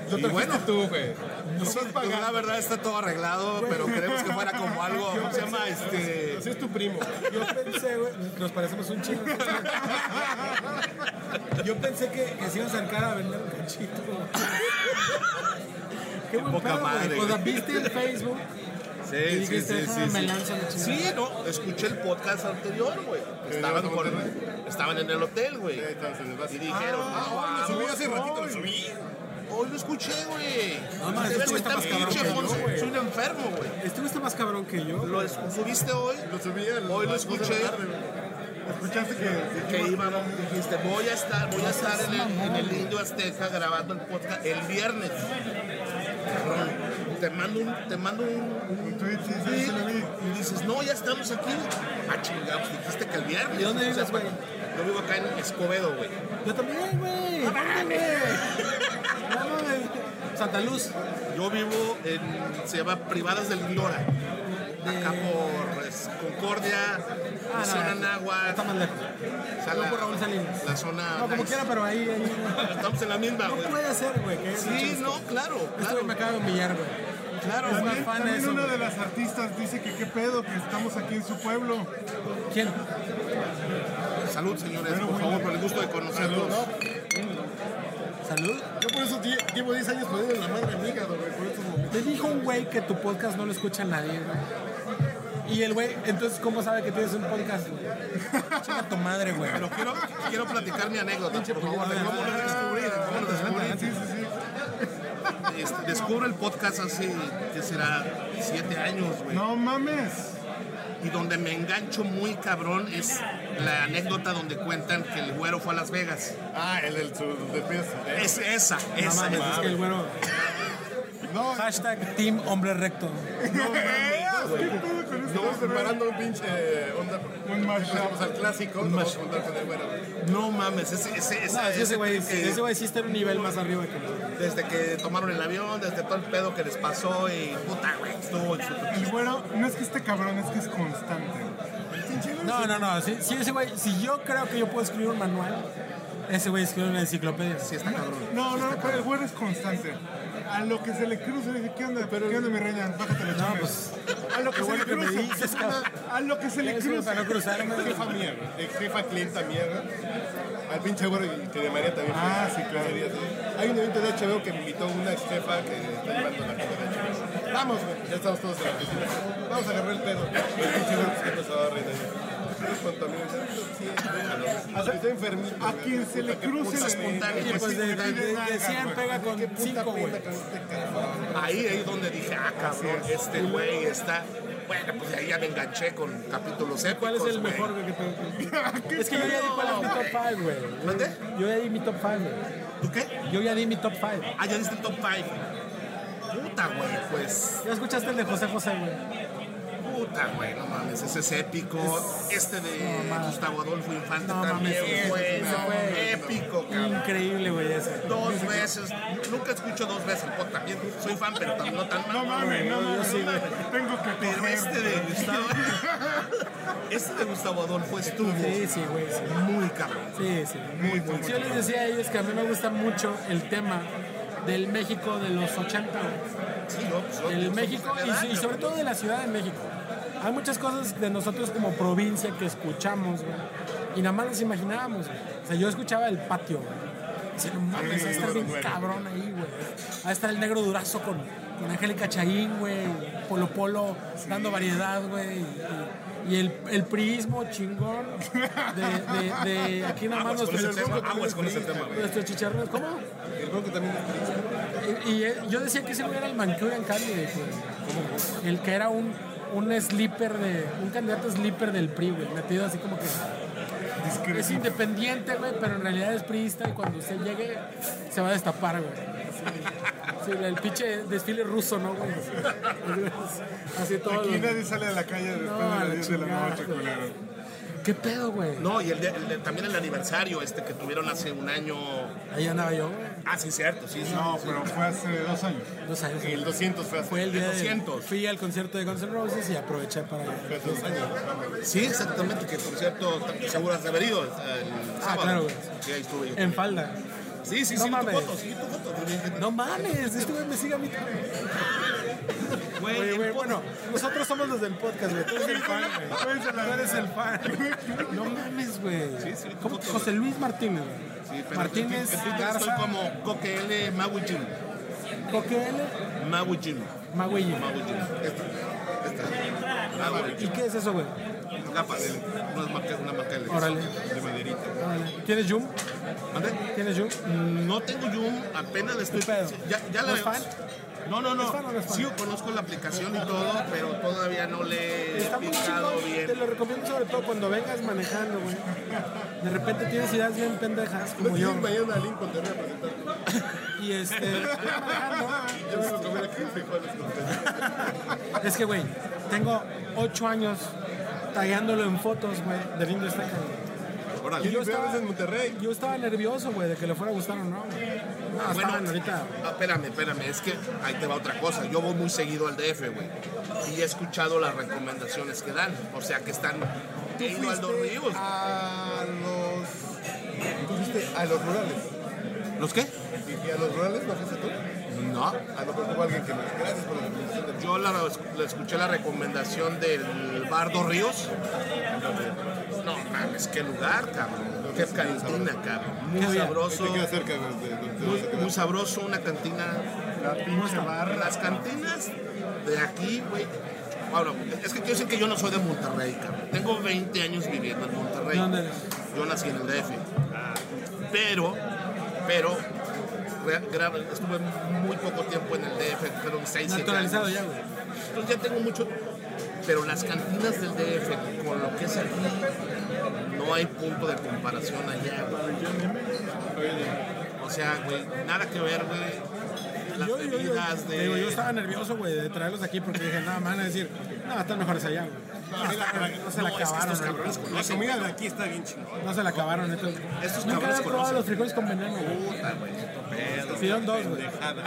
H: Lo
A: Y bueno,
H: trajiste tú, güey. No estás pagando.
A: la verdad está todo arreglado, pero queremos que fuera como algo, ¿cómo se llama? Este...
H: Así es tu primo.
G: Yo pensé, güey, nos parecemos un chingo. Yo pensé que, que se iba a acercar a vender un cachito. Qué buen
A: poca
G: pedo, güey.
A: madre,
G: O sea,
A: güey.
G: viste en Facebook. y
A: Sí, sí, sí,
G: dijiste, "Ah,
A: sí,
G: me
A: sí.
G: lanzo la chingada".
A: Sí, no, escuché el podcast anterior, güey. Estaban, con- estaban en el hotel, güey. Y dijeron,
H: Ah, hoy lo subí hace ratito, lo subí.
A: Hoy lo escuché, güey.
G: No, mames,
A: Ustedes
G: este güey está
A: están
G: más cabrón
A: pinche
G: que yo,
A: Fonso,
G: güey.
A: Soy un enfermo, güey.
G: Este güey está más cabrón que yo.
A: Lo es- subiste hoy,
H: Lo subí al-
A: hoy lo
H: a las dos de la
A: escuché.
H: tarde, güey. Escuchaste que...
A: Que iba, dijiste, voy a estar, voy a estar en el, en el Indio Azteca grabando el podcast el viernes. Cabrón, Te mando un, te mando un,
H: Un tweet, sí, sí,
A: Sí,
H: sí, lo vi.
A: Y dices, no, ya estamos aquí. Ah, chingados, dijiste que el viernes.
G: ¿Y dónde vives, güey?
A: Yo vivo acá en Escobedo, güey.
G: Yo también, güey. No mames. No mames. Santa Luz.
A: Yo vivo en, se llama Privadas del Lindora. Acá por es, Concordia,
G: Ah, no,
A: zona
G: no,
A: Nahua,
G: Está más lejos.
A: o sea,
G: Yo
A: la,
G: por Raúl Salinas.
A: la zona...
G: No, como
A: nice.
G: quiera, pero ahí. ahí.
A: Estamos en la misma,
G: No
A: güey.
G: puede ser, güey. que haya
A: Sí,
G: dicho
A: no, claro,
G: Este
A: claro.
G: güey me acaba de humillar, güey.
A: Claro,
G: Es más
A: güey.
G: fan de
M: También
G: eso.
M: una
G: güey.
M: de las artistas dice que qué pedo, que estamos aquí en su pueblo.
G: ¿Quién?
A: Salud, señores, por favor, por el gusto de conocerlos.
G: ¿Salud?
H: Yo por eso tie- llevo 10 años poniendo la madre a mi hígado, güey, por estos momentos.
G: Te dijo un güey que tu podcast no lo escucha nadie, güey. Y el güey, entonces, ¿cómo sabe que tienes un podcast? Chica tu madre, güey.
A: Pero quiero, quiero platicar mi anécdota, por favor, de
G: puñal,
A: cómo lo descubrí, de cómo lo descubrí.
M: Sí, sí, sí.
A: Este, descubro el podcast hace, ¿qué será? Siete años, güey.
M: No mames.
A: Y donde me engancho muy cabrón es la anécdota donde cuentan que el güero fue a Las Vegas.
H: Ah, el del sur de pies.
A: Es esa,
G: No
A: esa.
G: mames, es que el güero.
M: No,
G: Hashtag Team Hombre Recto.
H: No, mames, güey. Estamos preparando un pinche onda.
M: Un mashup.
H: Vamos al clásico, nos vamos a juntar con el güero.
A: No mames, ese, ese, esa-
G: No, sí, ese güey
A: que-
G: ese güey sí está en un nivel más arriba que nosotros.
A: Desde que tomaron el avión, desde todo el pedo que les pasó y puta, güey, estuvo en su-
M: El güero, no es que este cabrón, es que es constante.
G: No, no, no. Si, si ese güey, si yo creo que yo puedo escribir un manual, ese güey escribe una enciclopedia.
A: Sí, está cabrón.
M: No, no, pero el güero es constante. A lo que se le cruza, le dice, ¿qué onda? ¿Qué onda, mi reina? Bájate la
G: No,
M: chinga.
G: pues.
M: A lo que
G: qué
M: se
G: bueno
M: le
G: que me
M: cruza.
G: dices, cabrón.
M: A lo que se le
G: Es como
M: cruza.
G: para no cruzarme.
H: Ex jefa mierda, ex jefa clienta mierda. Al pinche güero y que de María también.
M: Ah,
H: fue-
M: sí, claro.
H: sería así. Hay un evento de HBO que me invitó una ex jefa que está llevando la gente de HBO. Vamos, güey, ya estamos todos en la oficina. Vamos a agarrar el pedo. Y El pinche güero se empezó a reír. ahí. Con tu amigo, sí, déjalo. Está enfermito.
M: A quien se le cruce
A: Cosas
M: la
A: espontáneas.
G: Y pues de, de, de, de 100 pega con
H: Qué puta
G: 5, güey.
H: pena con este cabrón.
A: Ahí es donde dije, ah, cabrón, este güey está. Bueno, pues de ahí ya me enganché con capítulos épicos.
G: ¿Cuál es el
A: güey.
G: mejor, güey, que te Es que yo ya di cuál es mi top 5, güey.
A: ¿Mande?
G: Yo ya di mi top 5, güey.
A: ¿Tú qué?
G: Yo ya di mi top 5.
A: Ah, ya diste el top 5. Puta, güey, pues.
G: ¿Ya escuchaste el de José José, güey?
A: Puta, güey, no mames, ese es épico. Este de
G: No, mames.
A: Gustavo Adolfo Infante
G: No,
A: también,
G: mames,
A: güey.
G: ese fue-
A: épico, cabrón.
G: Increíble, güey, ese.
A: Dos veces, nunca escucho dos veces el podcast. También soy fan, pero tam- no tan
M: No mames, no
G: Yo
M: mames.
G: sí, güey.
M: Tengo que
A: Pero
M: coger.
A: este de Gustavo. este de Gustavo Adolfo estuvo
G: Sí, sí, güey, sí.
A: muy cabrón.
G: Sí, sí.
M: Muy, muy,
G: Yo les decía a ellos que a mí me gusta mucho el tema del México de los 80, güey.
A: Sí, no, pues, no,
G: Del
A: somos
G: México
A: de
G: y,
A: la
G: so- y
A: edad,
G: sobre todo de la Ciudad de México. Hay muchas cosas de nosotros como provincia que escuchamos, güey. Y nada más nos imaginábamos, güey. O sea, yo escuchaba el patio, güey. Decía, no mames, va a estar bien cabrón ahí, güey. Va a estar el negro durazo con, con Angélica Chaín, güey. Polo Polo dando variedad, güey. Y, y- y el, el prismo chingón de, de- de aquí nada más
A: Aguas con ese
G: nuestros
A: tema,
G: chicharrones-
A: aguas con ese tema, güey.
G: nuestros chicharrones. ¿Cómo?
H: El bronco también es triste.
G: Y, y, eh, yo decía que ese güey era el Manchurian Candidate, güey. El que era un, un sleeper de. un candidato sleeper del PRI, güey. Metido así como que. Es independiente, güey, pero en realidad es priista y cuando usted llegue se va a destapar, güey. Sí, Sí, el pinche desfile ruso, ¿no, güey? Así todo.
A: Aquí nadie sale a la calle después de las 10 de la noche, culero.
G: ¿Qué pedo, güey?
H: No, y el de- el de- también el aniversario este que tuvieron hace un año.
G: Ahí andaba yo,
H: Ah, sí, cierto, sí. sí,
A: No,
H: sí.
A: pero fue hace dos años.
G: Dos años.
H: El 200 fue hace-
G: Fue el
H: el
G: día de-
H: 200.
G: Fui al concierto de Guns N' Roses y aproveché para...
H: Dos años. Sí, exactamente, que por cierto, seguro has de haber ido. eh, El sábado.
G: Ah, claro, güey.
H: Sí, ahí estuve yo.
G: En falda.
H: Sí, sí,
G: No
H: sí, vi tu
G: mames.
H: foto, sí, vi tu foto. Muy bien.
G: No mames, este güey me sigue a mí.
H: Güey,
G: Oye,
H: el
G: güey,
H: podcast-
G: bueno, nosotros somos los del podcast, güey. Tú eres el fan, güey.
A: Tú eres el fan.
G: No mames, güey.
H: Sí, sí,
G: ¿Cómo?
H: puto,
G: José Luis Martínez, güey.
H: Sí, pero
G: Martínez,
H: en Twitter estoy
G: Garza,
H: como Coque L, Maui Jim.
G: Coquel,
H: Maui Jim.
G: Magüillo.
H: Maui Jim. Esta, esta. Maui
G: ¿Y
H: Jim.
G: qué es eso, güey?
H: Gafas. No es marca, es una marca de lentes.
G: Órale.
H: De maderita.
G: Órale. ¿Tienes Zoom?
H: ¿Mande?
G: ¿Tienes Zoom?
H: No tengo Zoom, apenas le estoy...
G: ¿Qué pedo?
H: Ya, ya la
G: ¿No es fan?
H: No, no, no.
G: ¿Es fan o no es fan?
H: Sí, conozco la aplicación y todo, pero todavía no le he
G: Está muy
H: picado
G: chingón,
H: bien.
G: te lo recomiendo sobre todo cuando vengas manejando, güey. De repente tienes ideas bien pendejas, como yo. güey.
N: Mañana a Lincoln te voy a presentar.
G: Y este, estoy manejando.
N: Yo voy a comer aquí frijoles con queso.
G: Es que, güey, tengo ocho años tallándolo en fotos, güey, del Indio Azteca, güey.
N: Órale.
G: Y yo
N: Yo
G: estaba-
N: estaba en Monterrey.
G: Yo estaba nervioso, güey, de que le fuera a gustar o no. güey. No,
H: Bueno,
G: estaban ahorita.
H: ah, espérame, espérame, es que ahí te va otra cosa. Yo voy muy seguido al DF, güey. Y he escuchado las recomendaciones que dan. O sea, que están he ido al Dos Ríos.
N: a los. ¿Tú fuiste a los rurales?
H: ¿Los qué?
N: ¿Y y a los rurales no fuiste tú?
H: No.
N: A lo mejor hubo alguien que me. Gracias por la recomendación de
H: Yo la, la escuché la recomendación del bar Dos Ríos. No mames, qué lugar, cabrón. Qué cantina, cabrón. Muy
G: había?
H: sabroso.
N: Te queda cerca de de- de-
H: Muy,
N: de- de-
H: muy sabroso, una cantina.
N: La pinche barra.
H: Las cantinas de aquí, güey. Bueno, es que quiero decir que yo no soy de Monterrey, cabrón. Tengo 20 años viviendo en Monterrey.
G: ¿Dónde eres?
H: Yo nací en el DF. Pero, pero, re- gra- estuve muy poco tiempo en el DF, fueron 6, 7 años.
G: Naturalizado ya, güey.
H: Entonces ya tengo mucho. Pero las cantinas del DF, con lo que es aquí, no hay punto de comparación allá, güey. O sea, güey, nada que ver, güey. Las
G: Yo, yo, yo,
H: bebidas
G: te
H: de.
G: digo, yo estaba nervioso, güey, de traerlos aquí porque dije, nada, me van a decir, no, están mejores allá, güey. No se la
H: No, es que
G: acabaron,
H: estos
G: güey.
H: cabrones
N: La
H: conocen.
N: comida de aquí está bien chingona.
G: No se la acabaron. Estos, Nunca
H: Estos cabrones
G: había probado
H: conocen.
G: los frijoles con veneno, güey.
H: Puta, güey.
G: Pidieron dos, güey.
N: Pendejada.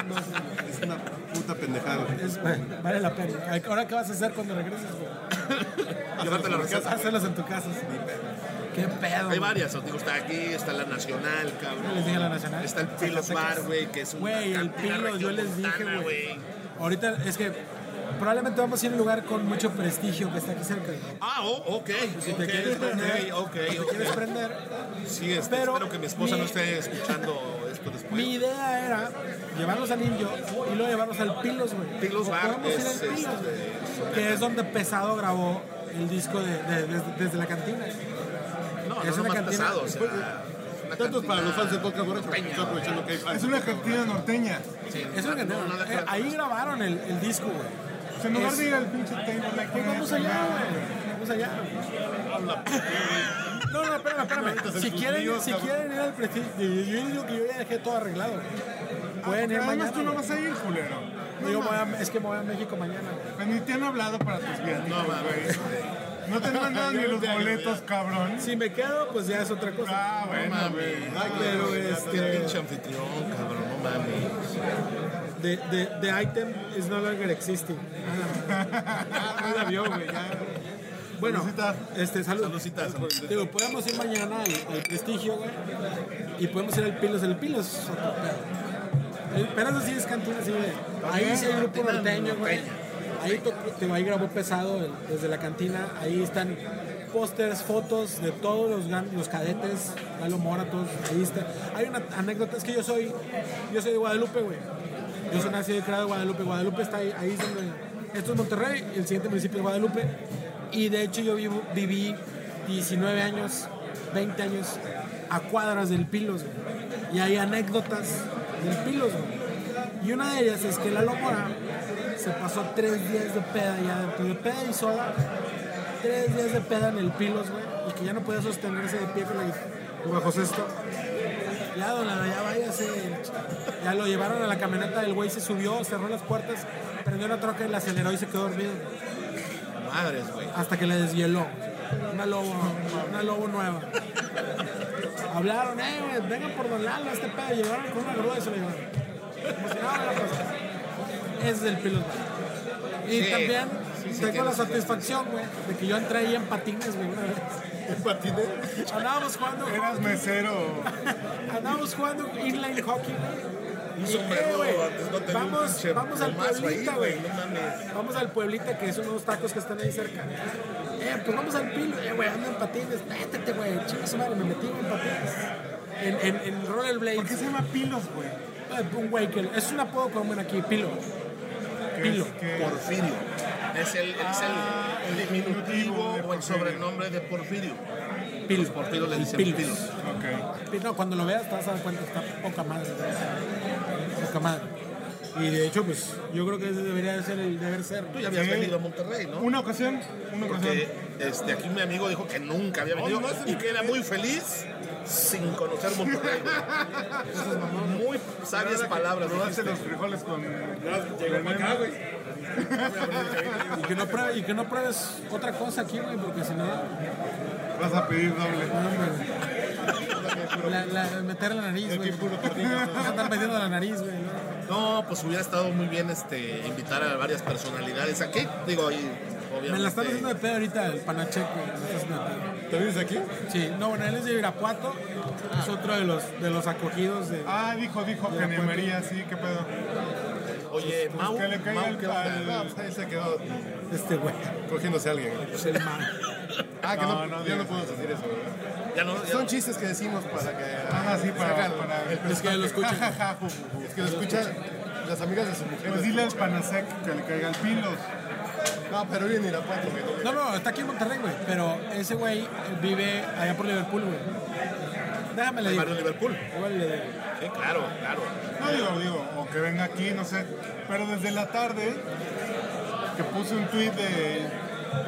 N: Es una puta pendejada.
G: Es- güey, Vale la pena. Ahora, ¿qué vas a hacer cuando regreses, güey?
H: Llévate la receta.
G: Hacerlos en tu casa. sí. Qué pedo.
H: Hay
G: güey.
H: varias, os digo, está aquí, está la Nacional,
G: Yo
H: cabrón.
G: les dije la Nacional.
H: Está el Pilos
G: Zacatecas.
H: Bar, güey, que es un.
G: Güey, el Pilos, yo les dije, güey. Ahorita es que probablemente vamos a ir a un lugar con mucho prestigio que está aquí cerca. güey.
H: Ah, oh, ok.
G: Si te
H: ok,
G: quieres prender,
H: ok,
G: si te
H: ok,
G: quieres
H: ok.
G: prender,
H: Sí, este,
G: Pero
H: espero que mi esposa
G: mi-
H: no esté escuchando esto después.
G: mi idea era llevarlos al Indio y luego llevarlos al Pilos, güey.
H: Pilos
G: O
H: Bar
G: podemos ir al
H: es,
G: Pilos,
H: este,
G: güey, que es donde Pesado grabó el disco de, de- desde, desde la cantina.
H: no,
G: es
H: no,
G: una
H: más
G: cantina.
H: pesado, o sea. una
N: Tantos para los
H: cantina-
N: fans de Podcast Borracho. porque Estoy aprovechando que hay
A: Es
N: fans.
A: una cantina norteña.
H: Sí,
G: Es una cantina.
H: no, no, no,
G: Eh, ahí grabaron el, el disco, güey.
A: O sea, en lugar de ir al pinche table, la
G: Pues vamos allá, güey. Vamos allá. No, no, espérame, espérame. Si
N: tus
G: quieren,
N: líos,
G: si
N: cabrón.
G: quieren ir al prestigio, yo digo que yo ya dejé todo arreglado. güey. Pueden ir mañana.
A: Además, tú no
G: güey.
A: vas a ir, culero.
G: Yo voy a- es que me voy a México mañana. güey.
A: Pues ni te han hablado para tus viajes. No,
H: este,
A: No te han mandado ni los boletos, cabrón.
G: Si me quedo, pues ya es otra cosa.
A: Ah, bueno, güey.
G: Pero
H: Qué
G: este,
H: pinche anfitrión, cabrón, no mames.
G: the, the, the item is no longer existing. Ah, la vio, güey. ya. Bueno,
N: Saludcita.
G: este, salud.
N: Saludcita, saludcita.
G: Digo, podemos ir mañana al, al Prestigio, güey. Y podemos ir al Pilos. El Pilos es otro pedo. El- Eh, Pero eso sí es cantina, así de. Ahí sí hay grupo norteño, güey. Ahí, tocó- digo, ahí grabó pesado el- desde la cantina. Ahí están pósters, fotos de todos los, gran- los cadetes, Lalo Mora, todos. Ahí está. Hay una anécdota, es que yo soy, yo soy de Guadalupe, güey. Yo soy nacido y creado de Guadalupe. Guadalupe está ahí, ahí es donde. Esto es Monterrey, el siguiente municipio es Guadalupe. Y de hecho yo vivo- viví 19 años, 20 años a cuadras del Pilos, güey. Y hay anécdotas del Pilos, güey. Y una de ellas es que Lalo Mora se pasó tres días de peda ya, de peda y soda, tres días de peda en el Pilos, güey, y que ya no podía sostenerse de pie con la- como bajo esto. Ya, don Ana, ya váyase. Ya lo llevaron a la camioneta, el güey se subió, cerró las puertas, prendió la troca y la aceleró y se quedó dormido.
H: Madres, güey.
G: Hasta que le deshieló. Una lobo, una lobo nueva. Hablaron, eh, güey, vengan por Don Lalo, este pedo. Llegaron con una grúa y se lo llevaron. Como si nada hubiera pasado. Ese es el piloto. Y
O: Sí.
G: también
O: Sí, sí,
G: tengo
O: tiene sentido.
G: la satisfacción, güey, de que yo entré ahí en patines, güey, una vez.
O: ¿En patines?
G: Andábamos jugando.
A: Eras mesero.
G: Andábamos jugando inline hockey, güey.
O: Un
G: Y,
O: sombrero
G: eh, güey,
O: antes, no tenía un
G: vamos,
O: pinche
G: vamos al
O: plomazo ahí,
G: pueblita,
O: güey,
G: güey.
O: no mames.
G: Vamos al pueblita, que es unos tacos que están ahí cerca. Eh, pues vamos al pilo. Eh, güey, ando en patines. Métete, güey. Chica su madre, me metí en patines. En, en, en rollerblades. ¿Por qué se llama pilos, güey? Un güey que es un apodo común aquí, pilo. Pilo.
H: Porfirio. Es el, es el diminutivo o el sobrenombre de Porfirio.
G: Pilos.
H: Los porfiros le dicen
G: Pilos.
H: pilos.
G: No, cuando lo veas te vas a dar cuenta, está poca madre. Poca madre. Y de hecho, pues, yo creo que ese debería de ser el deber ser.
H: Tú ya habías venido a Monterrey, ¿no?
A: Una ocasión, una
H: Porque este, aquí mi amigo dijo que nunca había venido
A: No, no, no,
H: y que era muy feliz sin conocer Monterrey. güey. muy sabias palabras.
A: Rodaste los frijoles con.
H: llegó para acá, güey.
G: Y que no pruebes, y que no pruebes otra cosa aquí, güey, porque si no.
A: Vas a pedir doble.
G: No, hombre. La, la- meter la nariz, güey. Vas a estar metiendo la nariz, güey. ¿no?
H: No, pues hubiera estado muy bien este, invitar a varias personalidades aquí. Digo, y obviamente.
G: Me la están haciendo de pedo ahorita el panacheco, güey. Me está haciendo de pedo.
O: ¿Te vienes aquí?
G: Sí, no, bueno, él es de Irapuato. Es otro de los, de los acogidos de.
A: Ah, dijo, dijo,
G: Ya,
A: canemería, sí, qué pedo.
H: Oye, Mau,
A: Que le caiga
H: Mau,
A: el
H: ¿qué onda?
A: pal.
O: No, pues ahí se quedó
G: Este güey.
O: cogiéndose a alguien.
G: Es el man.
O: Ah, que no,
A: No, no
O: ya no
A: digas
O: podemos decir eso, ¿verdad?
H: Ya no, ya
O: Son chistes que decimos para que.
A: Ah, sí, para-
O: hagan
A: para-
O: el
G: Es que lo escuchan.
A: Ja, ja, ju, ju, ju.
O: Es que lo escuchan las amigas de su mujer.
A: Pues dile al Panasec que le caiga el pilos.
O: No, pero viene Irapuato, que no.
G: No, no, está aquí en Monterrey, güey. Pero ese güey vive allá por Liverpool, güey. Déjame le
H: el
G: digo.
H: barrio Liverpool.
G: Igual le digo.
H: Sí, claro, claro.
A: No digo, digo, o que venga aquí, no sé. Pero desde la tarde que puse un tuit de.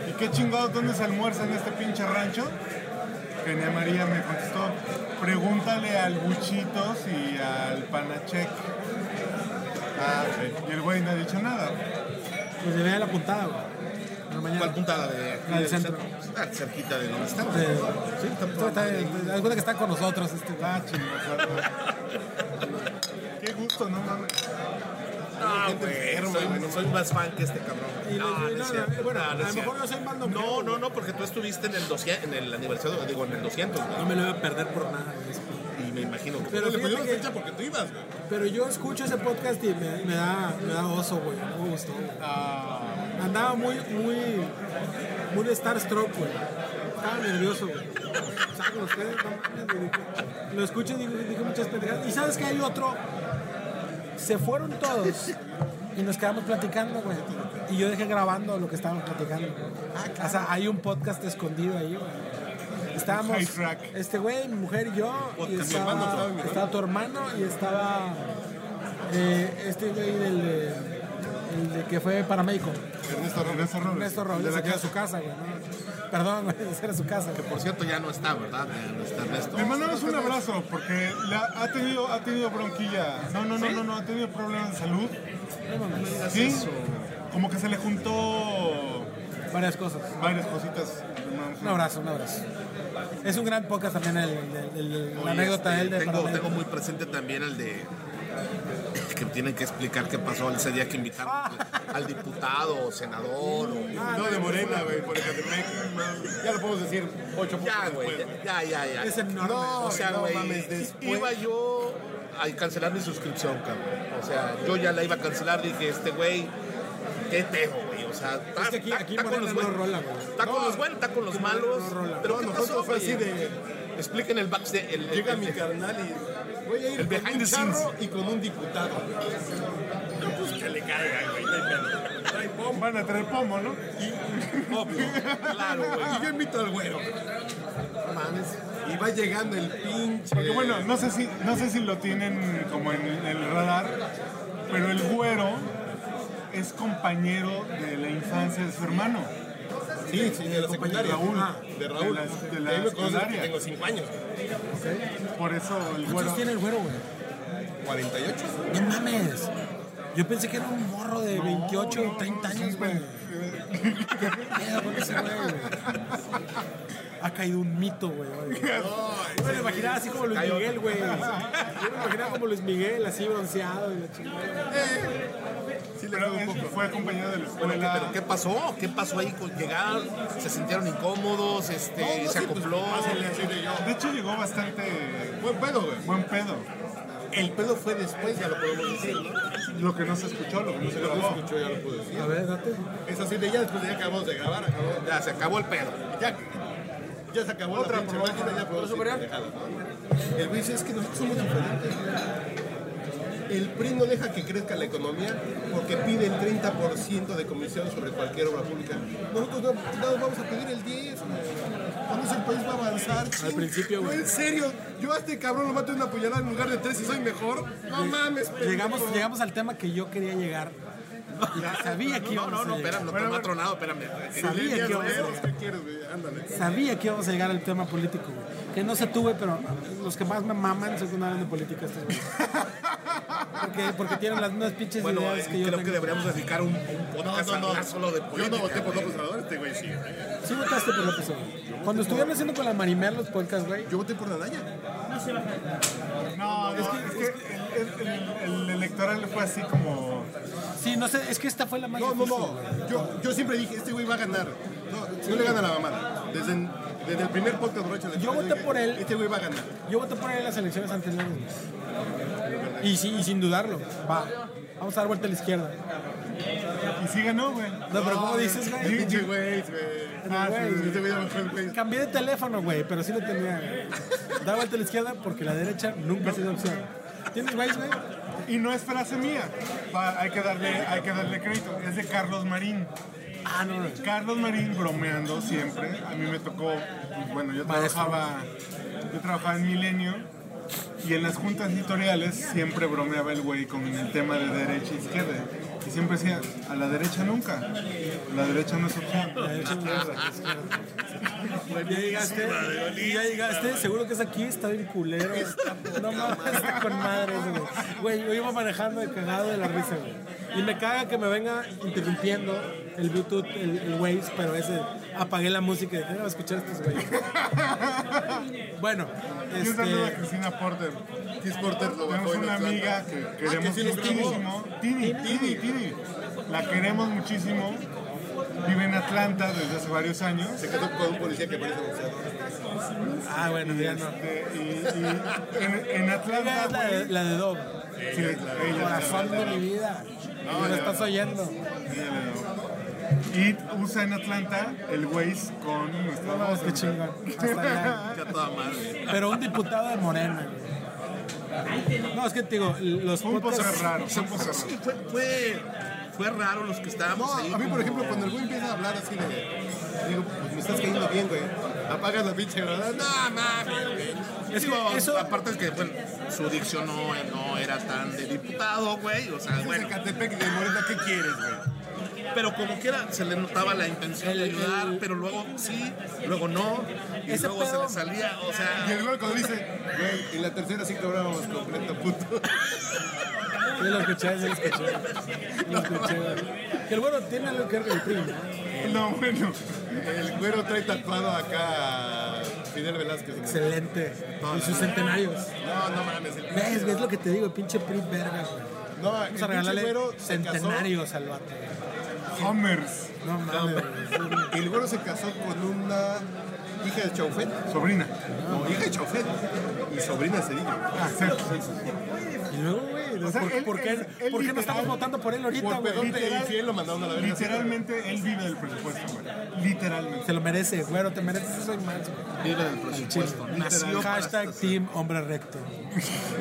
A: ¿Y qué chingados dónde se almuerza en este pinche rancho? Kenia María me contestó. Pregúntale al Buchitos y al Panachek. Ah, Y el güey no ha dicho nada.
G: Pues le vea la puntada, güey. En la mañana.
H: ¿Cuál puntada de aquí?
G: La del
H: del
G: centro.
H: Ah, cerquita de donde estamos.
G: Eh, sí, está- está- está- haz cuenta que está con nosotros este
A: Ah, chingados. Qué gusto, no mames.
H: No, Ah, güey, soy, soy más fan que este cabrón.
G: Y le-
H: No, no
G: y
H: es
G: no,
H: cierto. Ah,
G: no, bueno,
H: No, no es
G: a lo mejor
H: cierto.
G: yo soy más
H: No,
G: longevo.
H: no, no, porque tú estuviste en el 200, en el aniversario, digo, en el 200, güey.
G: No me lo voy a perder por nada. güey.
H: Y me imagino que...
G: Pero
H: le
G: fíjate
H: pusieron
G: que-
H: fecha porque tú ibas, güey.
G: Pero yo escucho ese podcast y me, me da, me da oso, güey. No me gustó. güey. Andaba muy, muy, muy starstruck, güey. Estaba nervioso, güey. O sea, con ustedes, no mames, güey, dije- Lo escucho y digo- dije, muchas pendejadas. Y sabes que hay otro. Se fueron todos y nos quedamos platicando, güey. Y yo dejé grabando lo que estábamos platicando. O sea, hay un podcast escondido ahí, güey. Estábamos,
A: High track.
G: este güey, mi mujer y yo, y
H: Podcast, mi
G: estaba,
H: hermano, estaba mi
G: estaba tu hermano y estaba eh, este güey del de- el de que fue paramédico,
A: Ernesto Robles. Ernesto Robles.
G: Ernesto Robles,
A: De
G: de
A: la
G: era su casa, güey. ¿no? Perdón, güey, esa era su casa. güey.
H: Por cierto, ya no está, ¿verdad? Ya no está Ernesto.
A: Le mandamos un abrazo porque la- ha tenido ha tenido bronquilla. No, no, no, no, no, ha tenido problemas de salud. Sí. Como que se le juntó
G: Varias cosas.
A: varias cositas. Le mandamos
G: Un abrazo, un abrazo. Es un gran podcast también el, el- el- el- la
H: Oye,
G: anécdota de
H: este,
G: él de
H: tengo,
G: paramédico.
H: tengo muy presente también el de... Que tienen que explicar qué pasó ese día que invitaron pues, al diputado o senador o...
G: Ah,
O: No, de Morena, güey, por Ecatepec. Ya lo podemos decir ocho puntos
H: Ya, güey,
O: después.
H: ya, ya, ya.
G: Es enorme.
O: No,
H: O sea,
O: no
H: güey,
O: mames, después.
H: iba yo a cancelar mi suscripción, cabrón. O sea, yo ya la iba a cancelar, dije, este güey, qué pedo, güey. O sea, está,
G: Es que aquí-
H: está-
G: aquí
H: está con
G: Morena
H: los
G: no
H: buenos,
G: rola, güey.
H: está con los buenos, está con los malos. Pero
O: No,
H: ¿qué
O: nosotros
H: pasó,
O: fue
H: güey?
O: así de-
H: Expliquen el backstage, el, el-
O: Llega mi
H: el-
O: carnal y voy a ir
H: El
O: con
H: behind
O: un
H: the scenes.
O: charro y con un diputado. No, pues que le caiga, güey. no hay pedo. Trae
A: un-
O: bomba.
A: Van a traer pomo, ¿no?
O: Y,
H: Claro, güey.
O: Y yo invito al güero. No mames. Y va llegando el pinche.
A: Porque bueno, no sé si no sé si lo tienen como en el radar, pero el güero es compañero de la infancia de su hermano.
H: Sí, sí, de la secundaria. Ah,
A: Raúl.
H: De Raúl.
A: De la- de la
H: Ahí me conoces
A: secundaria.
H: que tengo 5 años.
A: Por eso el
H: ¿Cuántos
A: güero.
H: tiene
G: el güero, güey?
H: 48.
G: No mames. Yo pensé que era un morro de 28 o 30 años, güey. ¿Qué pedo con ese güey, güey? Ha caído un mito, güey. güey. Yo me lo imaginaba así como Luis
H: Cayó.
G: Miguel, güey. Yo me lo imaginaba como Luis Miguel, así bronceado y la chingada.
A: Sí, pero él fue acompañado de la
P: Bueno, ¿qué-
A: escuela.
P: pero ¿qué pasó? ¿Qué pasó ahí? Con- Llegaron, se sintieron incómodos, este, se acopló.
A: De hecho, llegó bastante.
H: Buen pedo, güey.
A: Buen pedo.
H: El pedo fue después, ya lo podemos decir, ¿no?
A: Lo que no se escuchó, lo que no se
H: Lo que
A: grabó.
H: escuchó, ya lo puedo decir.
G: A ver, date.
H: Es así de ya después de ya acabamos de grabar, acabó.
P: Ya se acabó el pedo.
H: Ya, ya se acabó la pinche máquina, ya podemos decir pendejadas, ¿no? El güey dice, es que nosotros somos diferentes. güey. El PRI no deja que crezca la economía porque pide el 30% de comisión sobre cualquier obra pública. Nosotros no, no vamos a pedir el 10. güey. ¿Cuándo el país va a avanzar?
G: Al principio, güey.
H: No, en serio. Yo a este cabrón lo mato de una puñalada en lugar de tres y soy mejor. No mames, pendejo.
G: Llegamos, llegamos al tema que yo quería llegar. Y que sabía que
P: No,
G: íbamos
P: no, no,
G: a llegar.
P: espérame, no te me ha tronado, espérame.
G: Sabía que íbamos a
H: Pero,
G: llegar.
H: ¿Qué quieres, güey? Ándale.
G: Sabía que íbamos a llegar al tema político, güey. Que no se tuve, pero los que más me maman son que no hablan de política estos güeyes. Porque, porque tienen las mismas pinches
P: Bueno,
G: ideas
P: eh,
G: que yo
P: creo
G: tengo.
P: que deberíamos dedicar un, un podcast
H: No, no,
P: a
H: no.
P: hablar solo de política.
H: Yo no voté por López Obrador, este güey sí.
G: Sí votaste por López Obrador. Cuando estuvieron haciendo con la Marimer los podcasts, güey.
H: Yo voté por Naya.
A: No, no, es que, el, el- el- el electoral fue así como.
G: Sí, no sé, es que esta fue la más
H: No, no,
G: difícil,
H: no.
G: güey.
H: Yo, yo siempre dije, este güey va a ganar. No, no le gana la mamada. Desde, desde el primer podcast borracho de
G: Yo voté por él.
H: Este güey va a ganar.
G: Yo voté por él en las elecciones anteriores. güey. Y, sí, y sin dudarlo. Va. Vamos a dar vuelta a la izquierda.
A: Y sí ganó, güey.
G: No, pero ¿cómo dices,
H: Sí,
G: güey?
H: Pinche güey, güey.
G: Ah, sí, güey.
H: Este güey ya me fue el güey.
G: Cambié de teléfono, güey, pero sí lo tenía. güey. Dar vuelta a la izquierda porque la derecha nunca ha sido opción. ¿Tienes güeyes, güey?
A: Y no es frase mía. Va, hay, que darle, hay que darle crédito. Es de Carlos Marín.
G: Ah, no, güey.
A: Carlos Marín bromeando siempre. A mí me tocó, pues, bueno, yo
G: Maestro.
A: trabajaba, yo trabajaba en Milenio y en las juntas editoriales siempre bromeaba el güey con el tema de derecha e izquierda. Y siempre decía, a la derecha nunca. La derecha no es opción.
G: La derecha no es la izquierda. Ya llegaste, y ya llegaste, seguro que es aquí, está bien culero. No mames, está con madres, güey. Güey, yo iba manejando de cagado de la risa, güey. Y me caga que me venga interrumpiendo el Bluetooth, el, el Waves, pero ese apagué la música y dije, no, voy a escuchar estos güeyes. Bueno,
A: Y un saludo a
G: este.
A: Cristina Porter.
H: Chris Porter lo bajó
A: Tenemos
H: en
A: una
H: Atlanta.
A: amiga que
H: Ah,
A: queremos
H: que sí lo grabó.
A: muchísimo. Tini, Tini, Tini. La queremos muchísimo. Vive en Atlanta desde hace varios años.
H: Se casó con un policía que parece boxeador.
G: Ah, bueno, ya no.
A: Este, y, y en, en Atlanta,
G: Es la de,
A: güey,
G: la de Dob,
A: sí, ella es
G: corazón
A: la-
G: de mi vida. No, lo estás oyendo.
A: Y usa en Atlanta el Waze con nuestra voz.
G: Qué chingón. Hasta allá.
P: Ya toda madre.
G: Pero un diputado de Morena. güey. No, es que te digo, los
A: Fue un poco
G: podcasts-
A: raro, fue un poco raro.
P: Sí, fue, fue, fue raro los que estábamos
H: No,
P: ahí.
H: a mí, por
P: como-
H: ejemplo, cuando el güey empieza a hablar así de. Digo, pues me estás cayendo bien, güey. Apagas la pinche grabada. No, mames, güey.
P: Es
G: Es que
P: que
G: eso-
P: Aparte es que bueno, su dicción no, no era tan de diputado, güey. O sea,
H: Es
P: bueno.
H: el Catepec de Morena, ¿qué quieres, güey?
P: Pero como quiera, se le notaba la intención de ayudar, pero luego sí, luego no. Y
G: Ese
P: luego
G: pedo-
P: se le salía, o sea...
H: Y el güey cuando dice, güey, en la tercera sí cobrábamos completo, puto.
G: Sí, lo escuché, sí, lo escuché. Sí, Lo escuché. güey. Que el bueno tiene algo que ver con el PRI, ¿no?
A: No, bueno.
H: El güero trae tatuado acá a Fidel Velázquez. güey.
G: Excelente. Y sus centenarios.
H: No, no mames. El
G: ¿Ves? ¿Ves lo que te digo? Pinche PRI verga, güey.
H: No,
G: Vamos a
H: el pinche
G: regalarle
H: güero se casó-
G: centenarios al vato. güey.
A: Homers,
G: No mames. güey.
H: El güero se casó con una hija de Chaufet.
A: sobrina.
H: No, hija de Chaufet. Y sobrina de Cedillo.
A: Ah, sí.
G: Y luego, güey,
A: O sea,
G: ¿por,
A: él-
G: por qué,
A: él- él
G: por qué no
A: literal-
G: estamos votando por él ahorita,
H: Por
G: güey?
H: pedote
A: literal-
H: infiel lo mandaron a la verga.
A: Literalmente él vive del presupuesto, güey. Literalmente.
G: Se lo merece, güero, te mereces eso y más, güey.
P: Vive del presupuesto. Nació para
G: Hashtag
P: estas-
G: Team Hombre Recto.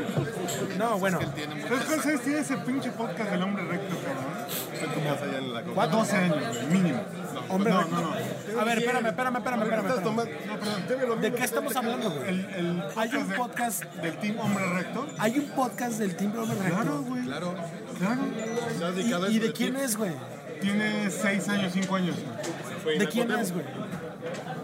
G: No, bueno.
P: Tiene muchas-
A: ¿Sabes cuántos años tiene ese pinche podcast del hombre recto, cabrón?
H: Fue como más allá en la copa.
A: 12 años, güey, mínimo.
G: Hombre
A: no,
G: recto.
A: no, no.
G: A ver, espérame, espérame, espérame, espérame.
H: Estás
G: espérame.
H: tomando. No, perdón, deme lo mismo
G: ¿De
H: que
G: qué estamos
H: te-
G: hablando, güey?
A: El, el
G: Hay un
A: de-
G: podcast.
A: del team Hombre Recto.
G: Hay un podcast del Team Hombre
A: Claro,
G: Recto.
A: güey.
H: Claro.
A: Claro.
H: Se ha dedicado a
G: ¿Y, y
H: eso
G: de quién
H: ti.
G: es, güey?
A: Tiene 6 años, 5 años. güey.
G: ¿De quién es, güey?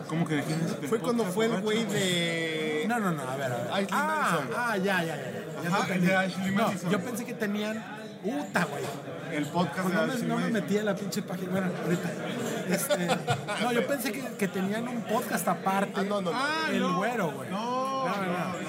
A: ¿Cómo que de quién es? Del
Q: Fue cuando
A: podcast
Q: fue el
A: borracho.
Q: güey de.
G: No, no, no, a ver, a ver.
Q: Ashley
G: ah,
Q: Madison, güey.
G: ah, ya, ya, ya. ya
Q: Ajá,
G: te entendí.
Q: el de Ashley
G: no,
Q: Madison.
G: yo pensé que tenían. Puta, güey.
A: El podcast
G: Pues
A: de
G: no, me,
A: Ashley
G: no me
A: Madison.
G: metí a la pinche página. Bueno, ahorita. Este, no, yo pensé que, que tenían un podcast aparte.
A: Ah,
G: El
A: no.
G: güero, güey.
A: No,
G: no,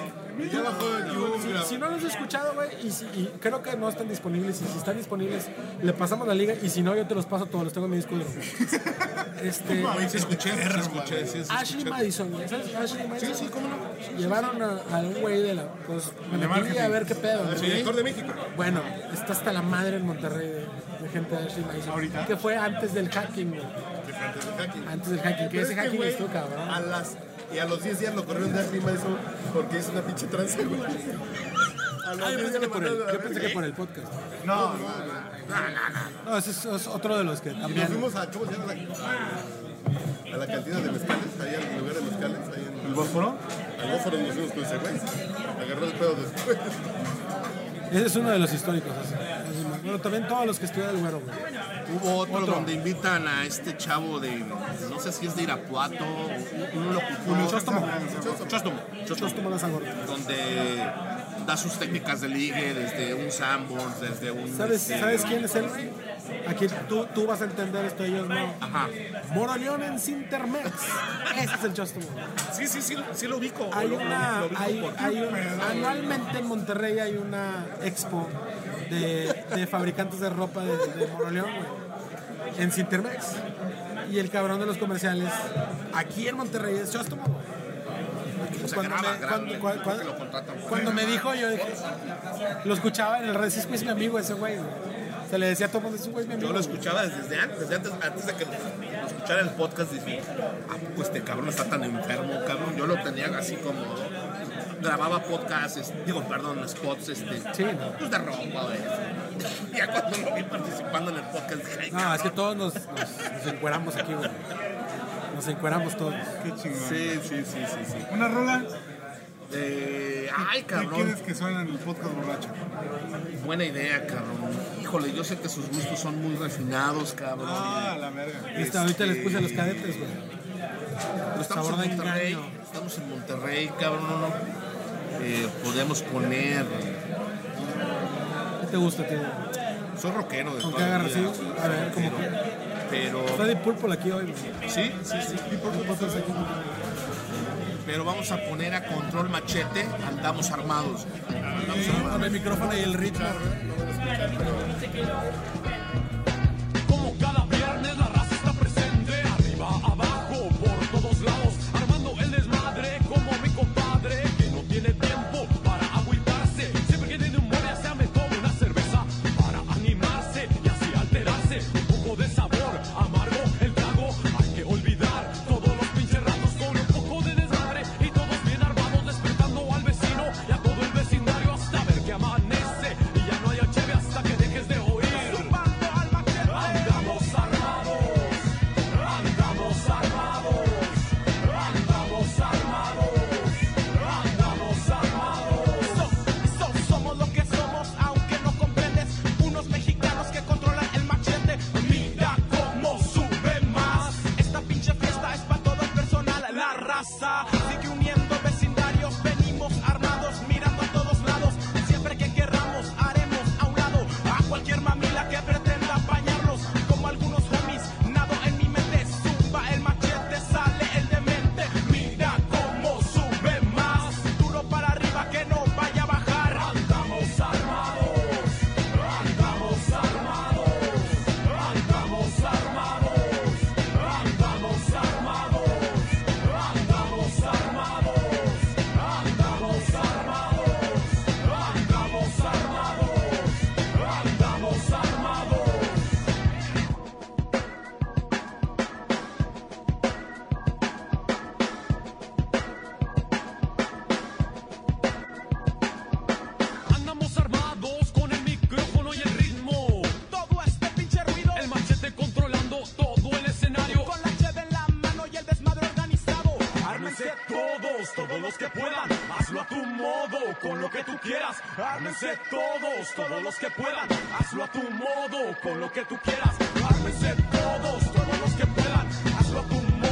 Q: Ya bajó de YouTube,
G: Si,
Q: mira.
G: si no los he escuchado, güey, y, si- y creo que no están disponibles. Y si están disponibles, le pasamos la liga. Y si no, yo te los paso todos. Los tengo en mi disco duro. Este,
Q: Güey,
H: Sí, escuché, sí, escuché, sí, sí,
G: Ah, Ashley
H: escuché.
G: Madison, güey. ¿Sabes? Ashley Madison.
Q: Sí, sí, cómo no. Sí, sí,
G: Llevaron a, a un güey de la. Pues me
A: de
G: metí a
A: marketing.
G: ver qué pedo.
Q: El
G: güey.
Q: director de México.
G: Bueno, está hasta la madre en Monterrey de, de gente de Ashley Madison.
A: ¿Ahorita?
G: Que fue antes del hacking, güey.
Q: Antes del hacking.
G: Antes del hacking, que "Ah,
Q: Pero
G: ese
Q: es que,
G: hacking
Q: güey, ah,
G: estuvo cabrón.
Q: A las, y a los 10 días lo corrieron de Ashley Madison porque es una pinche tranza,
H: Ah,
Q: güey. A los
G: Ah, yo
Q: 10
G: pensé
Q: días
G: que
Q: lo
G: por el,
Q: mandaron a ¿eh? la
G: yo pensé que
Q: verga.
G: por el podcast.
A: No,
G: No, ese es, es otro de los que
Q: Y nos
G: también.
Q: fuimos a, ¿cómo se llama? La- A la cantina de mezcales, ahí al lugar de mezcales, ahí en...
A: ¿El Bósforo?
Q: Al Bósforo nos fuimos con ese güey. Agarró el pedo después.
G: Ese es uno de los históricos. así. Ese- Bueno, también todos los que estudian el güero, güey.
H: Hubo otro,
G: Otro.
H: donde invitan a este chavo de, no sé si es de Irapuato, un un
G: Julio
H: locutor.
G: Chóstomo.
H: Chóstomo.
G: Chostos como las agordas.
H: Donde da sus técnicas de ligue desde un Sanborns, desde un...
G: ¿Sabes,
H: este,
G: ¿Sabes quién es él, güey? Aquí tú, tú vas a entender esto, ellos no.
H: Ajá.
G: Moro León en Cintermex. Ese es el Chostum.
H: Sí, sí, sí, sí lo ubico.
G: Hay
H: Lo-
G: una.
H: lo ubico
G: Hay,
H: por-
G: hay un- anualmente en Monterrey hay una expo de, de fabricantes de ropa de, de Moro León, güey. En Cintermex. Y el cabrón de los comerciales aquí en Monterrey es Chostum,
H: o sea,
G: cuando,
H: graba,
G: me,
H: graba,
G: cuando-
H: le-
G: cuando-
H: que lo contratan por-
G: cuando me dijo, yo dije, lo escuchaba en el red, "Sí, es que es mi amigo ese güey. güey". Se le decía a todo el mundo, ese güey es mi amigo.
H: Yo lo
G: güey".
H: escuchaba desde antes, desde antes, antes de que lo escuchara el podcast dije, ah, pues este cabrón está tan enfermo, cabrón. Yo lo tenía así como grababa podcasts, es- digo, perdón, spots este
G: Sí, no.
H: pues de ropa, güey. Ya cuando lo vi participando en el podcast dije, ay,
G: No, es que todos nos, nos, nos encueramos aquí, güey. Nos encueramos todos.
A: qué chingón.
H: Sí, sí, sí, sí, sí.
A: Una rola.
H: Eh, ay,
A: ¿Qué quieres
H: cabrón.
A: que suene en el podcast borracho?
H: Buena idea, cabrón. Híjole, yo sé que sus gustos son muy refinados, cabrón.
A: Ah, la verga.
G: Este, ahorita les puse a los cadetes, güey.
H: Pero estamos
G: Sabor de
H: en Monterrey,
G: engaño.
H: estamos en Monterrey, cabrón, no, no. Eh, podemos poner.
G: ¿Qué te gusta, tío?
H: Soy rockero de
G: ¿Con
H: toda
G: qué
H: la
G: agarras?
H: vida,
G: Sí, a ver, ¿cómo que?
H: Pero,
G: Está de purple aquí hoy, güey.
H: sí, sí, sí. Pero vamos a poner a control machete, andamos armados. Andamos
G: Con el
H: armados.
G: micrófono y el ritmo.
R: Como cada viernes la raza está presente, arriba, abajo, por todos lados, armando el desmadre como mi compadre que no tiene tiempo para agüitarse. Siempre que tiene un buen se me toma una cerveza para animarse y así alterarse. Un poco de sabor amargo, el trago hay que olvidar. Todos los pinches ratos con un poco de desmadre y todos bien armados despertando al vecino y a todo el vecindario hasta ver que amanece y ya no haya cheve hasta que dejes de oír. Andamos armados, andamos armados, andamos armados, andamos armados. Somos lo que somos, aunque no comprendes. Unos mexicanos que controlan el machete. Mira cómo sube más. Esta pinche fiesta es para todo el personal, la raza. Sigue uniendo vecindarios, venimos armados, mirando a todos lados. Siempre que querramos, haremos a un lado a cualquier mamila que pretenda apañarnos. Como algunos homies, nado en mi mente. Zumba el machete, sale el demente. Mira cómo sube más. Duro para arriba que no vaya a bajar. Andamos armados, andamos armados, andamos armados, andamos armados, andamos armados, andamos armados, andamos armados, andamos armados. Andamos armados con el micrófono y el ritmo. Todo este pinche ruido. El machete controlando todo el escenario. Con la cheve en la mano y el desmadre organizado. Ármense todos, todos los que puedan. Hazlo a tu modo, con lo que tú quieras. Ármense todos, todos los que puedan. Hazlo a tu modo, con lo que tú quieras. Ármense
A: Ármense todos, todos los que puedan. Hazlo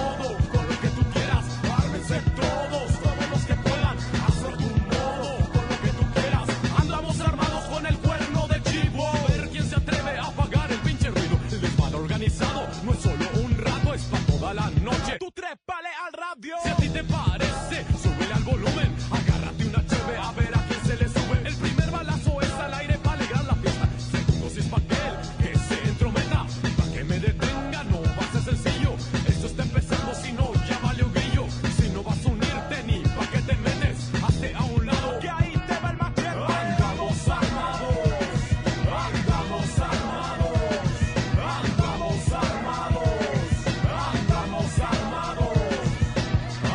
A: a tu modo, con lo que tú quieras. Ármense todos, todos los que puedan. Hazlo a tu modo, con lo que tú quieras. Andamos armados con el cuerno de chivo. A ver quién se atreve a pagar el pinche ruido. El desmadre organizado no es solo un rato, es para toda la noche. Tú trépale al radio. Si a ti te parece, súbele al volumen. Agárrate una cheve, a ver a quién se le sube. El primer balazo es al aire para alegrar la fiesta. Segundo, si es pa' aquel que se entrometa. Pa' que me detenga, no va a ser sencillo. Esto está empezando, si no, ya valió grillo. Si no vas a unirte, ni pa' que te metes. Hazte a un lado, que ahí te va el maquete. Andamos armados, andamos armados, andamos armados, andamos armados.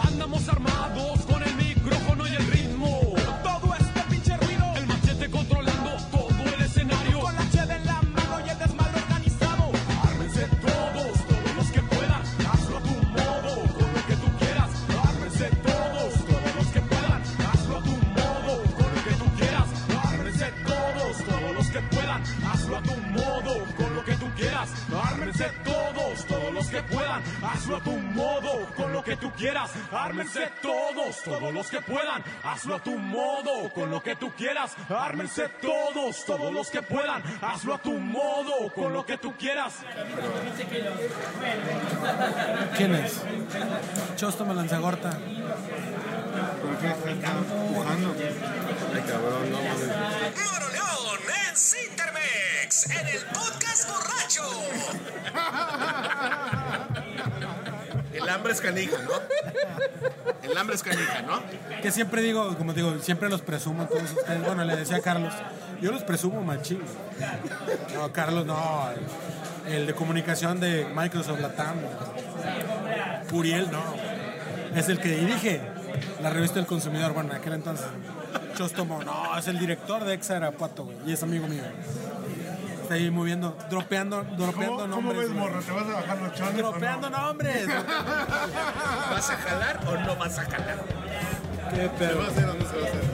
A: Andamos armados con el micrófono y el ritmo. Todo este pinche ruido. El machete controlando todo el escenario. Con la cheve en la mano y el desmadre organizado. Ármense todos, todos los que puedan. Hazlo a tu modo, con lo que tú quieras. Ármense todos, todos los que puedan. Hazlo a tu modo, con lo que tú quieras. Ármense todos, todos los que puedan. Hazlo a tu modo, con lo que tú quieras. Ármense todos, todos los que puedan. Hazlo a tu modo, con lo que tú quieras. Ármense todos, todos los que puedan. Hazlo a tu modo, con lo que tú quieras. Ármense todos, todos los que puedan. Hazlo a tu modo, con lo que tú quieras.
G: ¿Quién es? Chosto me lanzagorta.
H: ¿Por qué está empujando? Ay, cabrón, no mames.
S: Mauro León en Cintermex, en el podcast borracho.
L: El hambre es canija, ¿no? El hambre es canija, ¿no?
G: Que siempre digo, como digo, siempre los presumo a todos ustedes. Bueno, le decía a Carlos, yo los presumo machín. No, Carlos, no. El, el de comunicación de Microsoft Latam. Curiel, no. Es el que dirige la revista El Consumidor. Bueno, en aquel entonces. Chostomo, no, es el director de Exa Arapuato, güey. Y es amigo mío. Está ahí moviendo, dropeando, dropeando
H: ¿Cómo, ¿Cómo
G: nombres.
H: ves,
G: güey.
H: morro? ¿Te vas a bajar los chones?
G: Dropeando nombres.
L: ¿Vas a jalar o no vas a jalar?
G: Qué pedo.
H: Se va a hacer o no se va a hacer.